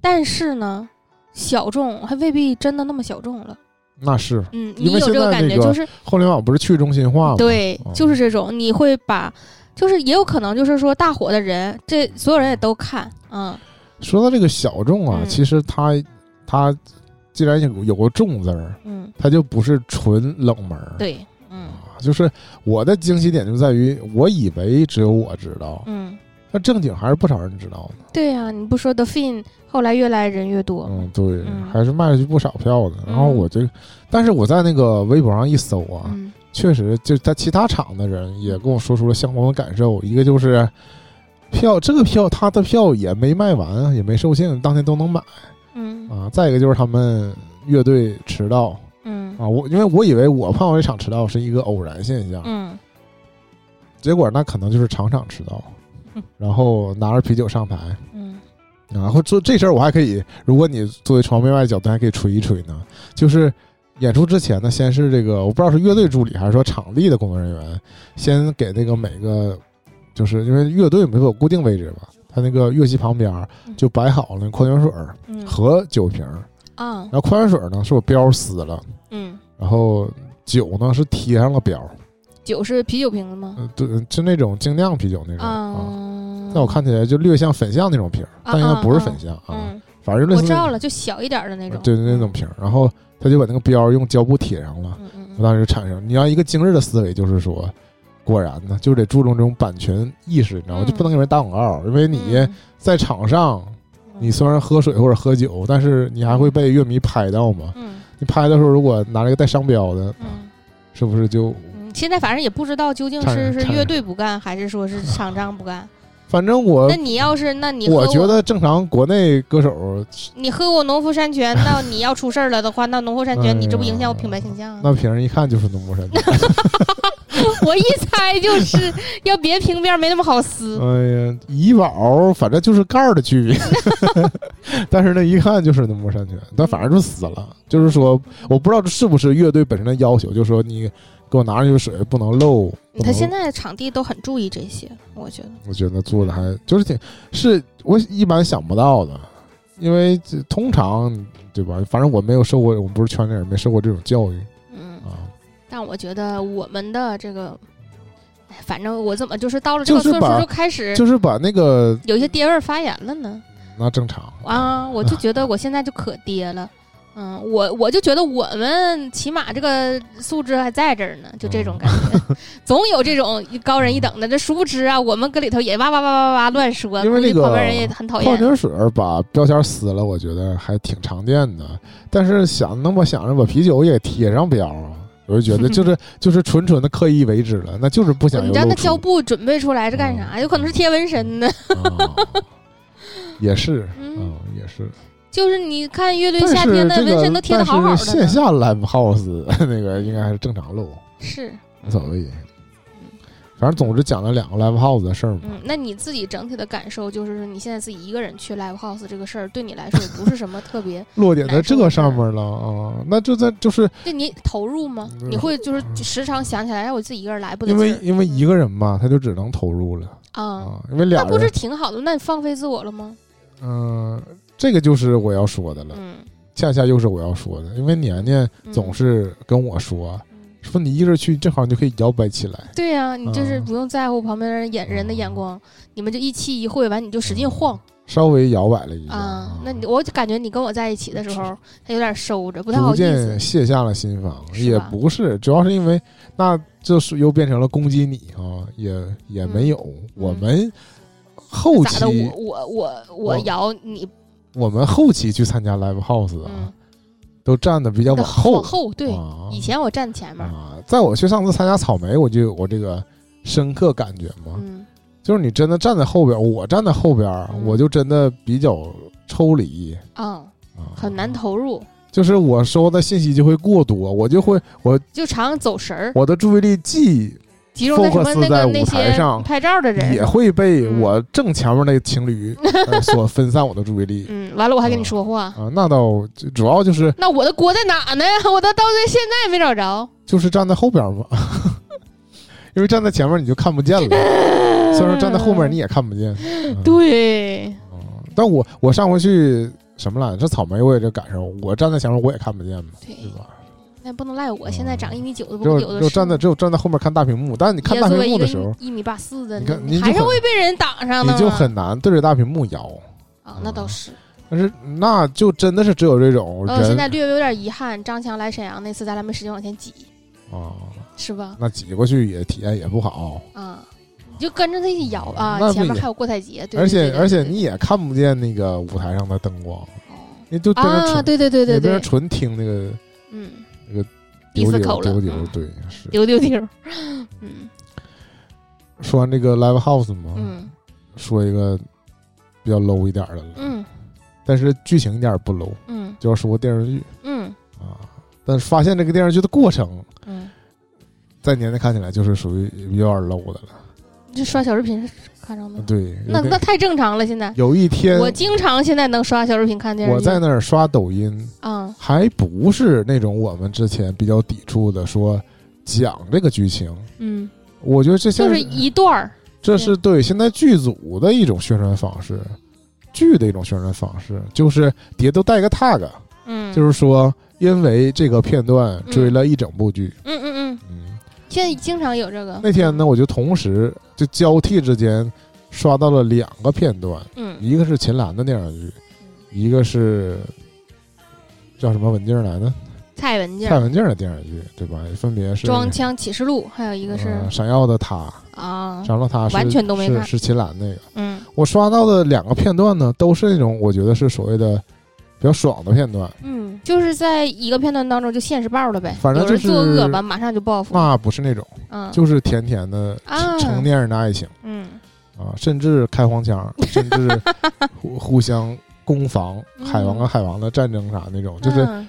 [SPEAKER 2] 但是呢，小众还未必真的那么小众了，
[SPEAKER 1] 那是
[SPEAKER 2] 嗯，
[SPEAKER 1] 因
[SPEAKER 2] 你
[SPEAKER 1] 为
[SPEAKER 2] 有这
[SPEAKER 1] 现在
[SPEAKER 2] 感
[SPEAKER 1] 那
[SPEAKER 2] 觉
[SPEAKER 1] 个
[SPEAKER 2] 就是
[SPEAKER 1] 互联网不是去中心化吗？，
[SPEAKER 2] 对
[SPEAKER 1] 哦，
[SPEAKER 2] 就是这种，你会把，就是也有可能就是说大火的人，这所有人也都看，嗯
[SPEAKER 1] 说到这个小众啊，
[SPEAKER 2] 嗯
[SPEAKER 1] 其实它它既然有有个“众”字儿，
[SPEAKER 2] 嗯，
[SPEAKER 1] 它就不是纯冷门儿。
[SPEAKER 2] 对，嗯
[SPEAKER 1] 啊，就是我的惊喜点就在于，我以为只有我知道，
[SPEAKER 2] 嗯，
[SPEAKER 1] 那正经还是不少人知道的。
[SPEAKER 2] 对呀、你不说 The Fin 后来越来人越多，
[SPEAKER 1] 嗯，对，
[SPEAKER 2] 嗯
[SPEAKER 1] 还是卖出去不少票的。然后
[SPEAKER 2] 嗯
[SPEAKER 1] 我这，但是我在那个微博上一搜啊，
[SPEAKER 2] 嗯
[SPEAKER 1] 确实，就在其他场的人也跟我说出了相同的感受，一个就是票这个票他的票也没卖完，也没售罄，当天都能买
[SPEAKER 2] 嗯
[SPEAKER 1] 啊。再一个就是他们乐队迟到
[SPEAKER 2] 嗯
[SPEAKER 1] 啊，我因为我以为我碰到这场迟到是一个偶然现象，
[SPEAKER 2] 嗯
[SPEAKER 1] 结果那可能就是场场迟到
[SPEAKER 2] 嗯，
[SPEAKER 1] 然后拿着啤酒上台。
[SPEAKER 2] 嗯
[SPEAKER 1] 然后啊做这事儿，我还可以，如果你作为传媒外的角度，还可以吹一吹呢。就是演出之前呢，先是这个我不知道是乐队助理还是说场地的工作人员，先给那个每个，就是因为乐队没有固定位置吧，他那个乐器旁边儿
[SPEAKER 2] 嗯
[SPEAKER 1] 就摆好了矿泉水儿
[SPEAKER 2] 嗯
[SPEAKER 1] 和酒瓶儿，
[SPEAKER 2] 啊
[SPEAKER 1] 然后矿泉水儿呢是我标撕了，
[SPEAKER 2] 嗯，
[SPEAKER 1] 然后酒呢是贴上了标儿，
[SPEAKER 2] 酒是啤酒瓶子吗？
[SPEAKER 1] 嗯，对，是那种精酿啤酒那种啊。
[SPEAKER 2] 啊
[SPEAKER 1] 在我看起来就略像粉象那种瓶儿，但应该不是粉象啊，
[SPEAKER 2] 嗯，
[SPEAKER 1] 反正就类
[SPEAKER 2] 我
[SPEAKER 1] 似
[SPEAKER 2] 知
[SPEAKER 1] 那种
[SPEAKER 2] 道了，就小一点儿的那种，
[SPEAKER 1] 呃对那种瓶儿，然后他就把那个标儿用胶布贴上了。
[SPEAKER 2] 嗯，嗯
[SPEAKER 1] 我
[SPEAKER 2] 嗯
[SPEAKER 1] 当时产生，你要一个今日的思维，就是说，果然呢，就得注重这种版权意识，你知道吗？
[SPEAKER 2] 嗯
[SPEAKER 1] 就不能给人打广告，因为你
[SPEAKER 2] 嗯
[SPEAKER 1] 在场上，
[SPEAKER 2] 嗯
[SPEAKER 1] 你虽然喝水或者喝酒，但是你还会被乐迷拍到嘛。
[SPEAKER 2] 嗯
[SPEAKER 1] 你拍的时候，如果拿了一个带商标的，
[SPEAKER 2] 嗯
[SPEAKER 1] 是不是就？
[SPEAKER 2] 嗯，现在反正也不知道究竟
[SPEAKER 1] 差
[SPEAKER 2] 是
[SPEAKER 1] 点
[SPEAKER 2] 是
[SPEAKER 1] 差点
[SPEAKER 2] 乐队不干，还是说 是厂商不干。
[SPEAKER 1] 反正我
[SPEAKER 2] 那你要是那你喝
[SPEAKER 1] 呃我
[SPEAKER 2] 过
[SPEAKER 1] 觉得正常国内歌手
[SPEAKER 2] 你喝过农夫山泉，那你要出事儿了的话，那农夫山
[SPEAKER 1] 哎
[SPEAKER 2] 泉你这不
[SPEAKER 1] 呀
[SPEAKER 2] 影响我品牌形象啊？
[SPEAKER 1] 那瓶儿一看就是农夫
[SPEAKER 2] 哎
[SPEAKER 1] 山泉。
[SPEAKER 2] 我一猜就是要别瓶边儿没那么好撕。
[SPEAKER 1] 哎呀，怡宝反正就是盖儿的区别， 但是呢，一看就是农夫山泉，但反正就死了。就是说，我不知道这是不是乐队本身的要求，就是说你给我拿上去水不能漏。不能
[SPEAKER 2] 他现在场地都很注意这些，我觉得。
[SPEAKER 1] 我觉得做的还就是挺是我一般想不到的，因为这通常对吧？反正我没有受过，我们不是圈内人，没受过这种教育
[SPEAKER 2] 嗯，
[SPEAKER 1] 啊。
[SPEAKER 2] 但我觉得我们的这个，哎，反正我怎么就是到了这个
[SPEAKER 1] 就是
[SPEAKER 2] 岁数
[SPEAKER 1] 把
[SPEAKER 2] 就开始
[SPEAKER 1] 就是把那个
[SPEAKER 2] 有些爹味儿发言了呢？
[SPEAKER 1] 那正常
[SPEAKER 2] 啊，我就觉得我现在就可爹了。嗯，我我就觉得我们起码这个素质还在这儿呢，就这种感觉，
[SPEAKER 1] 嗯
[SPEAKER 2] 总有这种高人一等的。这殊不知啊，我们搁里头也哇哇哇哇哇乱说，
[SPEAKER 1] 因为
[SPEAKER 2] 估计
[SPEAKER 1] 这个
[SPEAKER 2] 旁边人也很讨
[SPEAKER 1] 矿
[SPEAKER 2] 厌。
[SPEAKER 1] 泉水儿把标签撕了，我觉得还挺常见的。但是想那么想着把啤酒也贴上标啊，我就觉得 就是就是纯纯的刻意为之了，那就是不想
[SPEAKER 2] 你
[SPEAKER 1] 有嗯
[SPEAKER 2] 知道
[SPEAKER 1] 露
[SPEAKER 2] 那
[SPEAKER 1] 出
[SPEAKER 2] 胶布准备出来是干啥？有可能是贴纹身的。
[SPEAKER 1] 啊，也是，
[SPEAKER 2] 嗯
[SPEAKER 1] 嗯，也是。
[SPEAKER 2] 就是你看乐队
[SPEAKER 1] 但
[SPEAKER 2] 夏
[SPEAKER 1] 是
[SPEAKER 2] 天的
[SPEAKER 1] 这
[SPEAKER 2] 纹身
[SPEAKER 1] 个
[SPEAKER 2] 都贴的好好
[SPEAKER 1] 但
[SPEAKER 2] 的
[SPEAKER 1] 是线
[SPEAKER 2] 呢，
[SPEAKER 1] 下 live house 那个应该还是正常录，
[SPEAKER 2] 是，
[SPEAKER 1] 无所谓。反正总之讲了两个 live house 的事儿嘛。
[SPEAKER 2] 嗯，那你自己整体的感受就是，你现在自己一个人去 live house 这个事儿，对你来说也不是什么 特别，
[SPEAKER 1] 落点在这个上面了啊，那就在就是
[SPEAKER 2] 对你投入吗？
[SPEAKER 1] 嗯
[SPEAKER 2] 你会就是时常想起来，哎，我自己一个人来不得
[SPEAKER 1] 因
[SPEAKER 2] 劲儿，
[SPEAKER 1] 为因为一个人嘛，他就只能投入了
[SPEAKER 2] 啊，
[SPEAKER 1] 啊，因为俩
[SPEAKER 2] 那不是
[SPEAKER 1] 人，
[SPEAKER 2] 挺好的？那你放飞自我了吗？
[SPEAKER 1] 嗯，这个就是我要说的了，
[SPEAKER 2] 嗯，
[SPEAKER 1] 恰恰又是我要说的，因为年年
[SPEAKER 2] 嗯
[SPEAKER 1] 总是跟我说，
[SPEAKER 2] 嗯
[SPEAKER 1] 说你一个人去，正好你就可以摇摆起来，
[SPEAKER 2] 对呀，你就是
[SPEAKER 1] 嗯
[SPEAKER 2] 不用在乎旁边人眼人的眼光，你们就一期一会，完你就
[SPEAKER 1] 嗯
[SPEAKER 2] 使劲晃
[SPEAKER 1] 稍微摇摆了一下
[SPEAKER 2] 啊。那你我就感觉你跟我在一起的时候，他有点收着，不太好
[SPEAKER 1] 逐
[SPEAKER 2] 意思
[SPEAKER 1] 渐。卸下了心防，
[SPEAKER 2] 是
[SPEAKER 1] 也
[SPEAKER 2] 吧
[SPEAKER 1] 不是，主要是因为那就是又变成了攻击你啊，也也没有，我们后
[SPEAKER 2] 嗯咋的？
[SPEAKER 1] 期
[SPEAKER 2] 我我我
[SPEAKER 1] 我
[SPEAKER 2] 我摇你，
[SPEAKER 1] 我们后期去参加 live house 啊，
[SPEAKER 2] 嗯，
[SPEAKER 1] 都站的比较
[SPEAKER 2] 那
[SPEAKER 1] 往后，
[SPEAKER 2] 往后对。
[SPEAKER 1] 啊、
[SPEAKER 2] 以前我站前面，
[SPEAKER 1] 啊，在我去上次参加草莓，我就有过这个深刻感觉嘛，
[SPEAKER 2] 嗯
[SPEAKER 1] 就是你真的站在后边，我站在后边，
[SPEAKER 2] 嗯
[SPEAKER 1] 我就真的比较抽离
[SPEAKER 2] 啊，
[SPEAKER 1] 啊，
[SPEAKER 2] 很难投入，
[SPEAKER 1] 就是我收到的信息就会过多，我就会我
[SPEAKER 2] 就常走神儿，
[SPEAKER 1] 我的注意力既
[SPEAKER 2] 集中在什么
[SPEAKER 1] focus
[SPEAKER 2] 那
[SPEAKER 1] 在
[SPEAKER 2] 个
[SPEAKER 1] 舞
[SPEAKER 2] 那
[SPEAKER 1] 台
[SPEAKER 2] 些
[SPEAKER 1] 上
[SPEAKER 2] 拍照的人
[SPEAKER 1] 也。会被
[SPEAKER 2] 嗯
[SPEAKER 1] 我正前面那情 侣呃所分散我的注意力
[SPEAKER 2] 嗯，完了我还跟你说话，
[SPEAKER 1] 啊。那倒就主要就是
[SPEAKER 2] 那我的锅在哪呢？ 我到到现在也没找着。
[SPEAKER 1] 就是站在后边嘛， 因为站在前面你就看不见了， 虽然说站在后面你也看不见。嗯
[SPEAKER 2] 对，
[SPEAKER 1] 嗯但我我上回去什么来着？这草莓我也这感受，我站在前面我也看不见嘛，
[SPEAKER 2] 对
[SPEAKER 1] 对吧？
[SPEAKER 2] 那不能赖我，现在
[SPEAKER 1] 嗯
[SPEAKER 2] 长一米九的
[SPEAKER 1] 只有
[SPEAKER 2] 不有的
[SPEAKER 1] 只有
[SPEAKER 2] 是。
[SPEAKER 1] 站在只有站在后面看大屏幕，但是你看
[SPEAKER 2] 也
[SPEAKER 1] 大
[SPEAKER 2] 作
[SPEAKER 1] 屏
[SPEAKER 2] 为一
[SPEAKER 1] 幕
[SPEAKER 2] 个
[SPEAKER 1] 的时候，
[SPEAKER 2] 一米八四的，
[SPEAKER 1] 你看你就
[SPEAKER 2] 还是
[SPEAKER 1] 很
[SPEAKER 2] 会被人挡上
[SPEAKER 1] 你
[SPEAKER 2] 的嘛。
[SPEAKER 1] 就很难对着大屏幕摇。
[SPEAKER 2] 啊，那倒是。
[SPEAKER 1] 但是那就真的是只有这种
[SPEAKER 2] 呃，现
[SPEAKER 1] 人
[SPEAKER 2] 在略微有点遗憾，张强来沈阳那次，咱俩没时间往前挤，
[SPEAKER 1] 啊，
[SPEAKER 2] 是吧？
[SPEAKER 1] 那挤过去也体验也不好。
[SPEAKER 2] 啊，你就跟着他一起摇啊
[SPEAKER 1] 那，不
[SPEAKER 2] 前面
[SPEAKER 1] 也
[SPEAKER 2] 还有郭采洁，对
[SPEAKER 1] 而
[SPEAKER 2] 对
[SPEAKER 1] 且
[SPEAKER 2] 对
[SPEAKER 1] 而且
[SPEAKER 2] 对
[SPEAKER 1] 你也看不见那个舞台上的灯光，
[SPEAKER 2] 哦
[SPEAKER 1] 你就变成
[SPEAKER 2] 啊，
[SPEAKER 1] 纯，
[SPEAKER 2] 对对对
[SPEAKER 1] 你
[SPEAKER 2] 对
[SPEAKER 1] 变
[SPEAKER 2] 对
[SPEAKER 1] 成，纯听那个
[SPEAKER 2] 嗯，
[SPEAKER 1] 那个
[SPEAKER 2] 鼻
[SPEAKER 1] 丢
[SPEAKER 2] 子
[SPEAKER 1] 丢
[SPEAKER 2] 口了
[SPEAKER 1] 丢，丢，
[SPEAKER 2] 嗯
[SPEAKER 1] 对，是。
[SPEAKER 2] 丢 丢丢，嗯
[SPEAKER 1] 说完这个 live house 嘛，
[SPEAKER 2] 嗯
[SPEAKER 1] 说一个比较 low 一点儿的了，
[SPEAKER 2] 嗯
[SPEAKER 1] 但是剧情一点儿不 low，
[SPEAKER 2] 嗯
[SPEAKER 1] 就要说电视剧
[SPEAKER 2] 嗯
[SPEAKER 1] 啊。但是发现这个电视剧的过程，
[SPEAKER 2] 嗯，
[SPEAKER 1] 在年年看起来就是属于有点 low 的了。
[SPEAKER 2] 你这刷小视频是看着的，
[SPEAKER 1] 啊对，有
[SPEAKER 2] 嗯那
[SPEAKER 1] 点
[SPEAKER 2] 那太正常了。现在
[SPEAKER 1] 有一天
[SPEAKER 2] 我经常现在能刷小视频看电视
[SPEAKER 1] 我
[SPEAKER 2] 剧，
[SPEAKER 1] 在那儿刷抖音，
[SPEAKER 2] 啊
[SPEAKER 1] 还不是那种我们之前比较抵触的说讲这个剧情。
[SPEAKER 2] 嗯，
[SPEAKER 1] 我觉得这现
[SPEAKER 2] 就
[SPEAKER 1] 在
[SPEAKER 2] 是一段儿，
[SPEAKER 1] 这是对现在剧组的一种宣传方式，剧的一种宣传方式，就是底下都带个 tag，
[SPEAKER 2] 嗯，
[SPEAKER 1] 就是说因为这个片段追了一整部剧。
[SPEAKER 2] 嗯嗯嗯，
[SPEAKER 1] 嗯，
[SPEAKER 2] 现在经常有这个。
[SPEAKER 1] 那天呢，我就同时就交替之间刷到了两个片段，
[SPEAKER 2] 嗯，
[SPEAKER 1] 一个是秦岚的电视剧，一个是叫什么文静来的
[SPEAKER 2] 蔡文静
[SPEAKER 1] 蔡
[SPEAKER 2] 《
[SPEAKER 1] 文静的电视剧，对吧？分别是
[SPEAKER 2] 装腔启示录》，还有一个是
[SPEAKER 1] 呃闪耀的她，
[SPEAKER 2] 啊，
[SPEAKER 1] 闪耀的她是
[SPEAKER 2] 完全都没看
[SPEAKER 1] 是是秦岚那个。
[SPEAKER 2] 嗯
[SPEAKER 1] 我刷到的两个片段呢，都是那种我觉得是所谓的比较爽的片段，
[SPEAKER 2] 嗯，就是在一个片段当中就现实报了呗，
[SPEAKER 1] 反正
[SPEAKER 2] 有人
[SPEAKER 1] 就是
[SPEAKER 2] 作恶吧，马上就报复，
[SPEAKER 1] 那不是那种，
[SPEAKER 2] 嗯，
[SPEAKER 1] 就是甜甜的
[SPEAKER 2] 啊
[SPEAKER 1] 成年人的爱情
[SPEAKER 2] 嗯
[SPEAKER 1] 啊，甚至开黄腔，甚至 互互相攻防，
[SPEAKER 2] 嗯
[SPEAKER 1] 海王跟啊海王的战争啥那种，就是
[SPEAKER 2] 嗯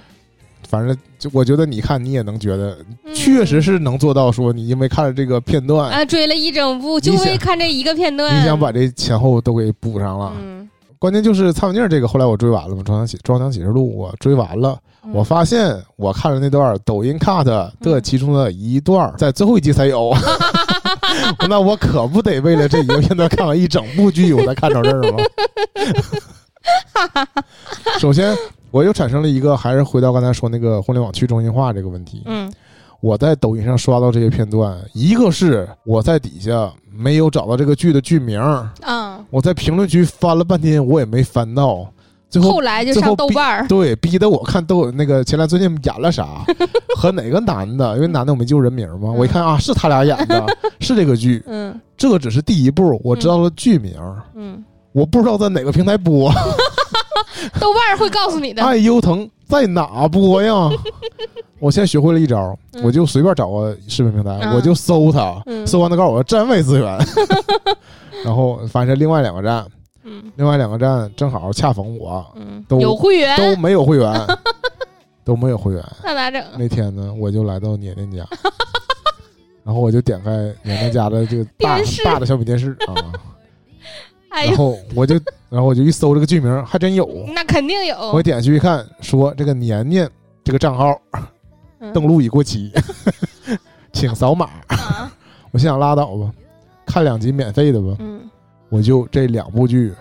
[SPEAKER 1] 反正就我觉得你看你也能觉得，
[SPEAKER 2] 嗯
[SPEAKER 1] 确实是能做到说你因为看了这个片段，
[SPEAKER 2] 啊，追了一整部，就
[SPEAKER 1] 你想
[SPEAKER 2] 为看这一个片段。
[SPEAKER 1] 你想啊把这前后都给补上了。
[SPEAKER 2] 嗯，
[SPEAKER 1] 关键就是蔡文静这个，后来我追完了嘛，《装腔启装腔启示录》我追完了。
[SPEAKER 2] 嗯
[SPEAKER 1] 我发现我看了那段抖音 cut 的其中的一段，在最后一集才 有。那我可不得为了这一个片段看完一整部剧，我才看到这儿 吗？首先，我又产生了一个，还是回到刚才说那个互联网去中心化这个问题。
[SPEAKER 2] 嗯
[SPEAKER 1] 我在抖音上刷到这些片段，一个是我在底下没有找到这个剧的剧名儿，
[SPEAKER 2] 啊
[SPEAKER 1] 我在评论区翻了半天，我也没翻到。最后
[SPEAKER 2] 后来就
[SPEAKER 1] 最
[SPEAKER 2] 上
[SPEAKER 1] 后
[SPEAKER 2] 豆
[SPEAKER 1] 逼
[SPEAKER 2] 瓣儿，
[SPEAKER 1] 对，逼得我看都有那个前俩最近演了啥，和哪个男的，因为男的我没记住人名嘛，我一看啊，是他俩演的，是这个剧，
[SPEAKER 2] 嗯
[SPEAKER 1] 这个只是第一步，我知道了剧名，
[SPEAKER 2] 嗯，
[SPEAKER 1] 我不知道在哪个平台播，
[SPEAKER 2] 豆瓣儿会告诉你 的。
[SPEAKER 1] 爱优腾在哪播 呀？我现在学会了一招，我
[SPEAKER 2] 嗯
[SPEAKER 1] 就随便找个视频平台，
[SPEAKER 2] 嗯
[SPEAKER 1] 我就搜它，
[SPEAKER 2] 嗯
[SPEAKER 1] 搜完它告诉我站位资 源，然后反正另外两个站，
[SPEAKER 2] 嗯
[SPEAKER 1] 另外两个站正好恰逢我
[SPEAKER 2] 嗯，
[SPEAKER 1] 都
[SPEAKER 2] 有会员
[SPEAKER 1] 都没有会 员，都没有会员。
[SPEAKER 2] 那咋整？
[SPEAKER 1] 那天呢，我就来到年年 家，然后我就点开年年家的这个大
[SPEAKER 2] 电视
[SPEAKER 1] 大的小米电视啊，
[SPEAKER 2] 哎
[SPEAKER 1] 然
[SPEAKER 2] 呦，哦
[SPEAKER 1] 后我就然后我就一搜这个剧名，还真有。
[SPEAKER 2] 那肯定
[SPEAKER 1] 我
[SPEAKER 2] 有。
[SPEAKER 1] 点进去一看，说这个年年这个账号
[SPEAKER 2] 嗯
[SPEAKER 1] 登录已过期，请扫码。
[SPEAKER 2] 啊
[SPEAKER 1] 我心想拉倒吧，看两集免费的吧，
[SPEAKER 2] 嗯
[SPEAKER 1] 我就这两部剧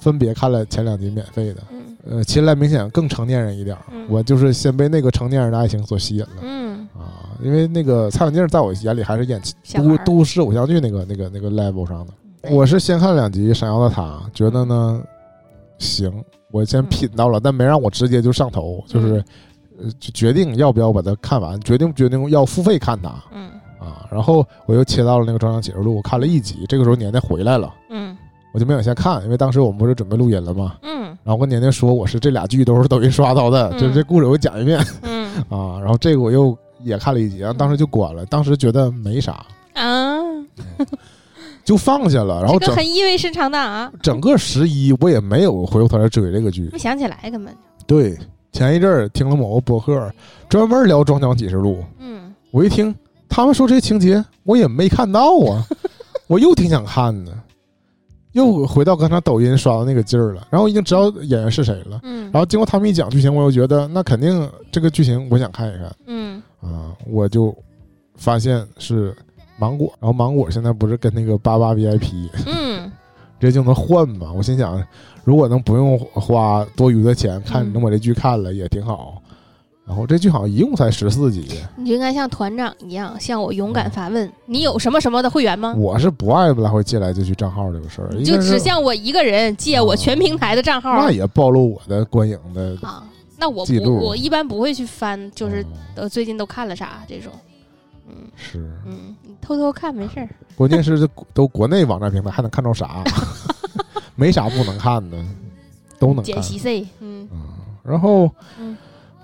[SPEAKER 1] 分别看了前两集免费的。
[SPEAKER 2] 嗯
[SPEAKER 1] 呃，秦岚明显更成年人一点儿，
[SPEAKER 2] 嗯
[SPEAKER 1] 我就是先被那个成年人的爱情所吸引了。
[SPEAKER 2] 嗯，
[SPEAKER 1] 啊，因为那个蔡文静在我眼里还是演
[SPEAKER 2] 小
[SPEAKER 1] 都
[SPEAKER 2] 孩儿嗯
[SPEAKER 1] 都市偶像剧那个那个那个 level 上的。我是先看两集《闪耀的塔》，觉得呢行，我先
[SPEAKER 2] 嗯
[SPEAKER 1] 品到了，但没让我直接就上头，就是、呃就决定要不要把它看完，决定不决定要付费看它
[SPEAKER 2] 嗯
[SPEAKER 1] 啊。然后我又切到了那个《中央启示录》，我看了一集，这个时候年年回来了，
[SPEAKER 2] 嗯
[SPEAKER 1] 我就没往下看，因为当时我们不是准备录音了吗？
[SPEAKER 2] 嗯
[SPEAKER 1] 然后跟年年说我是这俩剧都是抖音刷到的，就是
[SPEAKER 2] 嗯
[SPEAKER 1] 这故事我讲一遍。
[SPEAKER 2] 嗯
[SPEAKER 1] 啊，然后这个我又也看了一集，然后当时就关了，当时觉得没啥，
[SPEAKER 2] 啊，
[SPEAKER 1] 就放下了。然后
[SPEAKER 2] 这个
[SPEAKER 1] 整
[SPEAKER 2] 很意味深长的啊，
[SPEAKER 1] 整个十一我也没有回过头来追这个剧
[SPEAKER 2] 没。想起来根本。
[SPEAKER 1] 对，前一阵儿听了某个博客专门聊《装腔启示录》，
[SPEAKER 2] 嗯
[SPEAKER 1] 我一听他们说这些情节，我也没看到啊， 我又挺想看的，又回到刚才抖音刷的那个劲儿了。然后已经知道演员是谁了，
[SPEAKER 2] 嗯
[SPEAKER 1] 然后经过他们一讲剧情，我又觉得那肯定这个剧情我想看一看。
[SPEAKER 2] 嗯
[SPEAKER 1] 啊，我就发现是芒果，然后芒果现在不是跟那个八八 VIP
[SPEAKER 2] 嗯
[SPEAKER 1] 直接就能换嘛？我心想，如果能不用花多余的钱看，
[SPEAKER 2] 嗯
[SPEAKER 1] 能把这剧看了也挺好。然后这剧好像一共才十四集，
[SPEAKER 2] 你就应该像团长一样，向我勇
[SPEAKER 1] 嗯
[SPEAKER 2] 敢发问：你有什么什么的会员吗？
[SPEAKER 1] 我是不爱来回借来借去账号这个事儿，
[SPEAKER 2] 你
[SPEAKER 1] 应
[SPEAKER 2] 嗯就
[SPEAKER 1] 该是啊
[SPEAKER 2] 只向我一个人借我全平台的账号
[SPEAKER 1] 那也暴露我的观影的
[SPEAKER 2] 啊。那我
[SPEAKER 1] 记
[SPEAKER 2] 不，
[SPEAKER 1] 录
[SPEAKER 2] 我一般不会去翻，就是
[SPEAKER 1] 嗯
[SPEAKER 2] 呃最近都看了啥这种。嗯
[SPEAKER 1] 是，
[SPEAKER 2] 嗯，你偷偷看没事儿。
[SPEAKER 1] 关键 是这都国内网站平台还能看着啥？没啥不能看的，都能
[SPEAKER 2] 解
[SPEAKER 1] 看。
[SPEAKER 2] 析 C，嗯，
[SPEAKER 1] 然后
[SPEAKER 2] 嗯，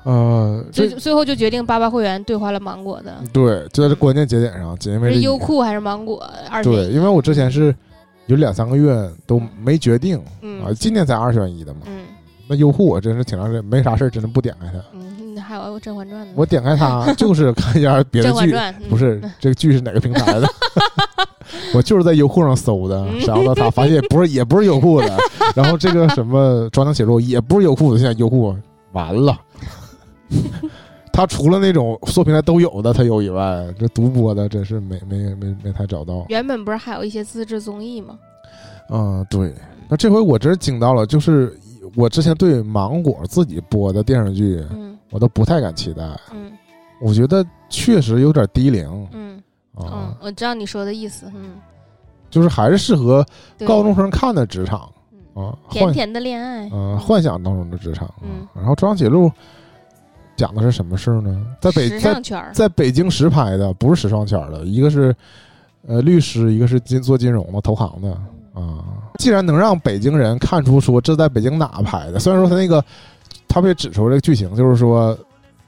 [SPEAKER 1] 呃，这
[SPEAKER 2] 最最后就决定八八会员兑换了芒果的，
[SPEAKER 1] 对，就在这关键节点上，仅因嗯为
[SPEAKER 2] 是
[SPEAKER 1] 这
[SPEAKER 2] 优酷还是芒果二选
[SPEAKER 1] 对，
[SPEAKER 2] 一？
[SPEAKER 1] 因为我之前是有两三个月都没决定啊，
[SPEAKER 2] 嗯
[SPEAKER 1] 今年才二选一的嘛。
[SPEAKER 2] 嗯
[SPEAKER 1] 那优酷我真是挺长时间没啥事儿，真的不点开它。
[SPEAKER 2] 嗯，还有《甄嬛传》呢，
[SPEAKER 1] 我
[SPEAKER 2] 《
[SPEAKER 1] 点开 它就是看一下别的
[SPEAKER 2] 甄嬛
[SPEAKER 1] 剧，
[SPEAKER 2] 传》嗯
[SPEAKER 1] 不是这个剧是哪个平 台的，我就是在优酷上搜的，
[SPEAKER 2] 嗯
[SPEAKER 1] 然后呢，他发现 不是也不是优酷的，然后这个什么《装腔写入》也不是优酷的，现在优酷完 了。他除了那种所有平台都有的，他有以外，这独播的真是没没没没太找到。
[SPEAKER 2] 原本不是还有一些自制综艺吗？
[SPEAKER 1] 嗯，对。那这回我真是惊到了，就是我之前对芒果自己播的电视剧，
[SPEAKER 2] 嗯
[SPEAKER 1] 我都不太敢期待。
[SPEAKER 2] 嗯
[SPEAKER 1] 我觉得确实有点低龄
[SPEAKER 2] 嗯嗯
[SPEAKER 1] 啊，，
[SPEAKER 2] 我知道你说的意思，嗯，
[SPEAKER 1] 就是还是适合
[SPEAKER 2] 对
[SPEAKER 1] 高中生看的职场
[SPEAKER 2] 嗯
[SPEAKER 1] 啊，
[SPEAKER 2] 甜
[SPEAKER 1] 幻
[SPEAKER 2] 甜的恋爱，
[SPEAKER 1] 嗯、幻想当中的职场。啊
[SPEAKER 2] 嗯
[SPEAKER 1] 然后《中央铁路》讲的是什么事儿呢？在北
[SPEAKER 2] 时
[SPEAKER 1] 在
[SPEAKER 2] 尚圈儿，
[SPEAKER 1] 在北京实拍的，不是时尚圈儿的，一个是呃律师，一个是金做金融的投行的
[SPEAKER 2] 嗯
[SPEAKER 1] 啊。既然能让北京人看出说这在北京哪拍的，虽然说他那个他被指出这个剧情，就是说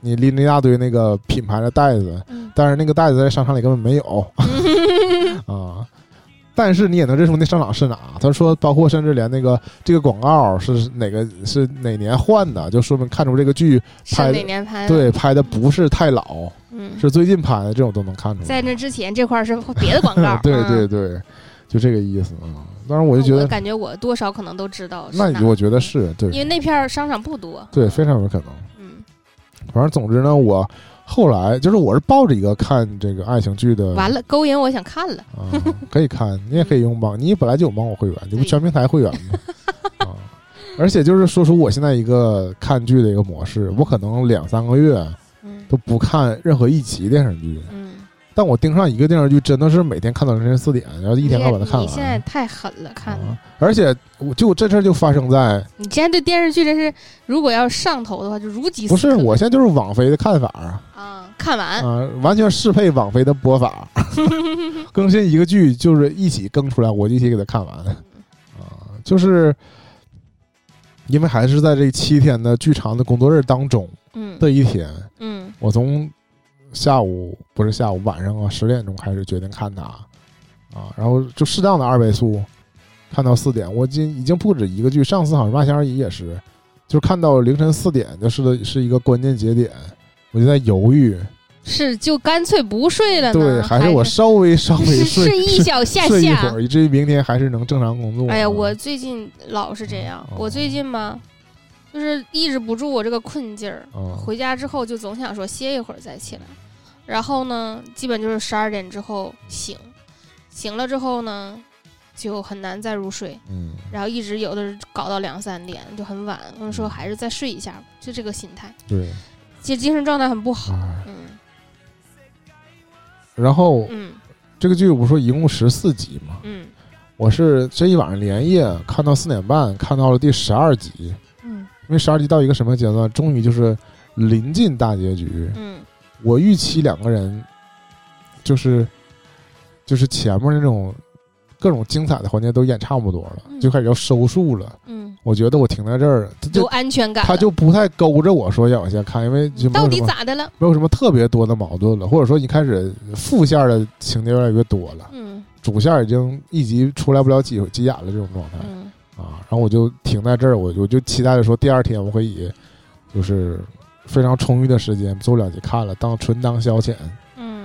[SPEAKER 1] 你拎着一大堆那个品牌的袋子，
[SPEAKER 2] 嗯
[SPEAKER 1] 但是那个袋子在商场里根本没 有啊。但是你也能认出那商场是哪。他说，包括甚至连那个这个广告是哪个是哪年换的，就说明看出这个剧
[SPEAKER 2] 是
[SPEAKER 1] 拍的
[SPEAKER 2] 哪年拍的？
[SPEAKER 1] 对，拍的不是太老，
[SPEAKER 2] 嗯，
[SPEAKER 1] 是最近拍的，这种都能看出来。
[SPEAKER 2] 在那之前这块儿是别的 广告，
[SPEAKER 1] 对
[SPEAKER 2] 嗯
[SPEAKER 1] 对对，就这个意思啊。当然，我就觉
[SPEAKER 2] 我
[SPEAKER 1] 得，
[SPEAKER 2] 感觉我多少可能都知道是哦哪，
[SPEAKER 1] 那我觉得是
[SPEAKER 2] 因
[SPEAKER 1] 对
[SPEAKER 2] 为那片儿商场不多，
[SPEAKER 1] 对，非常有可能。
[SPEAKER 2] 嗯，
[SPEAKER 1] 反正总之呢，我后来就是我是抱着一个看这个爱情剧的，
[SPEAKER 2] 完了勾引我想看了，
[SPEAKER 1] 啊，可以看，你也可以用芒，你本来就有芒果会员，你不
[SPEAKER 2] 对
[SPEAKER 1] 全平台会员吗？啊，而且就是说出我现在一个看剧的一个模式，我可能两三个月
[SPEAKER 2] 嗯
[SPEAKER 1] 都不看任何一集电视剧
[SPEAKER 2] 嗯
[SPEAKER 1] 但我盯上一个电视剧，真的是每天看到凌晨四点，然后一天
[SPEAKER 2] 你
[SPEAKER 1] 要把它看
[SPEAKER 2] 你现在
[SPEAKER 1] 完。
[SPEAKER 2] 太狠了，看的、
[SPEAKER 1] 啊而且我就这事儿就发生在
[SPEAKER 2] 你现在对电视剧真是，如果要上头的话，就如饥似
[SPEAKER 1] 不是
[SPEAKER 2] 渴
[SPEAKER 1] 我现在就是网飞的看法啊，
[SPEAKER 2] 啊，看完、
[SPEAKER 1] 啊，完全适配网飞的播法，更新一个剧就是一起更出来，我就一起给它看完啊，就是因为还是在这七天的剧长的工作日当中
[SPEAKER 2] 嗯
[SPEAKER 1] 这一天，
[SPEAKER 2] 嗯
[SPEAKER 1] 我从下午不是下午晚上啊十点钟开始决定看它啊，然后就适当的二倍速看到四点，我今已经不止一个剧，上次好像《万仙而已》也是，就是看到凌晨四点，就是是一个关键节点，我就在犹豫。
[SPEAKER 2] 是就干脆不睡了呢？
[SPEAKER 1] 对，还是我稍微稍微
[SPEAKER 2] 嗯是
[SPEAKER 1] 睡
[SPEAKER 2] 是一小 下
[SPEAKER 1] 睡一
[SPEAKER 2] 下
[SPEAKER 1] 会。儿，以至于明天还是能正常工作。啊
[SPEAKER 2] 哎呀，我最近老是这样，
[SPEAKER 1] 嗯
[SPEAKER 2] 我
[SPEAKER 1] 哦
[SPEAKER 2] 最近吧，就是抑制不住我这个困劲儿。
[SPEAKER 1] 啊，
[SPEAKER 2] 回家之后就总想说歇一会儿再起来，然后呢，基本就是十二点之后醒，醒了之后呢，就很难再入睡，
[SPEAKER 1] 嗯，
[SPEAKER 2] 然后一直有的搞到两三点就很晚，我
[SPEAKER 1] 嗯
[SPEAKER 2] 说还是再睡一下吧，就这个心态，
[SPEAKER 1] 对，
[SPEAKER 2] 其实精神状态很不好。
[SPEAKER 1] 哎
[SPEAKER 2] 嗯
[SPEAKER 1] 然后
[SPEAKER 2] 嗯
[SPEAKER 1] 这个剧我说一共十四集嘛，
[SPEAKER 2] 嗯
[SPEAKER 1] 我是这一晚上连夜看到四点半，看到了第十二集，因
[SPEAKER 2] 嗯
[SPEAKER 1] 为十二集到一个什么阶段，终于就是临近大结局。
[SPEAKER 2] 嗯
[SPEAKER 1] 我预期两个人就是就是前面那种各种精彩的环节都演差不多了，
[SPEAKER 2] 嗯
[SPEAKER 1] 就开始要收束了。
[SPEAKER 2] 嗯，
[SPEAKER 1] 我觉得我停在这儿，他
[SPEAKER 2] 有
[SPEAKER 1] 就
[SPEAKER 2] 安 全感了。
[SPEAKER 1] 他就不太勾着我说要往下看，因为就没
[SPEAKER 2] 到
[SPEAKER 1] 有
[SPEAKER 2] 底
[SPEAKER 1] 什么
[SPEAKER 2] 咋的了？
[SPEAKER 1] 没有什么特别多的矛盾了，或者说你开始副线的情节越来越多了，
[SPEAKER 2] 嗯
[SPEAKER 1] 主线已经一集出来不了几几眼了这种状态
[SPEAKER 2] 嗯
[SPEAKER 1] 啊。然后我就停在这儿，我我就期待着说第二天我可以就是非常充裕的时间做两集看了，当纯当消遣。
[SPEAKER 2] 嗯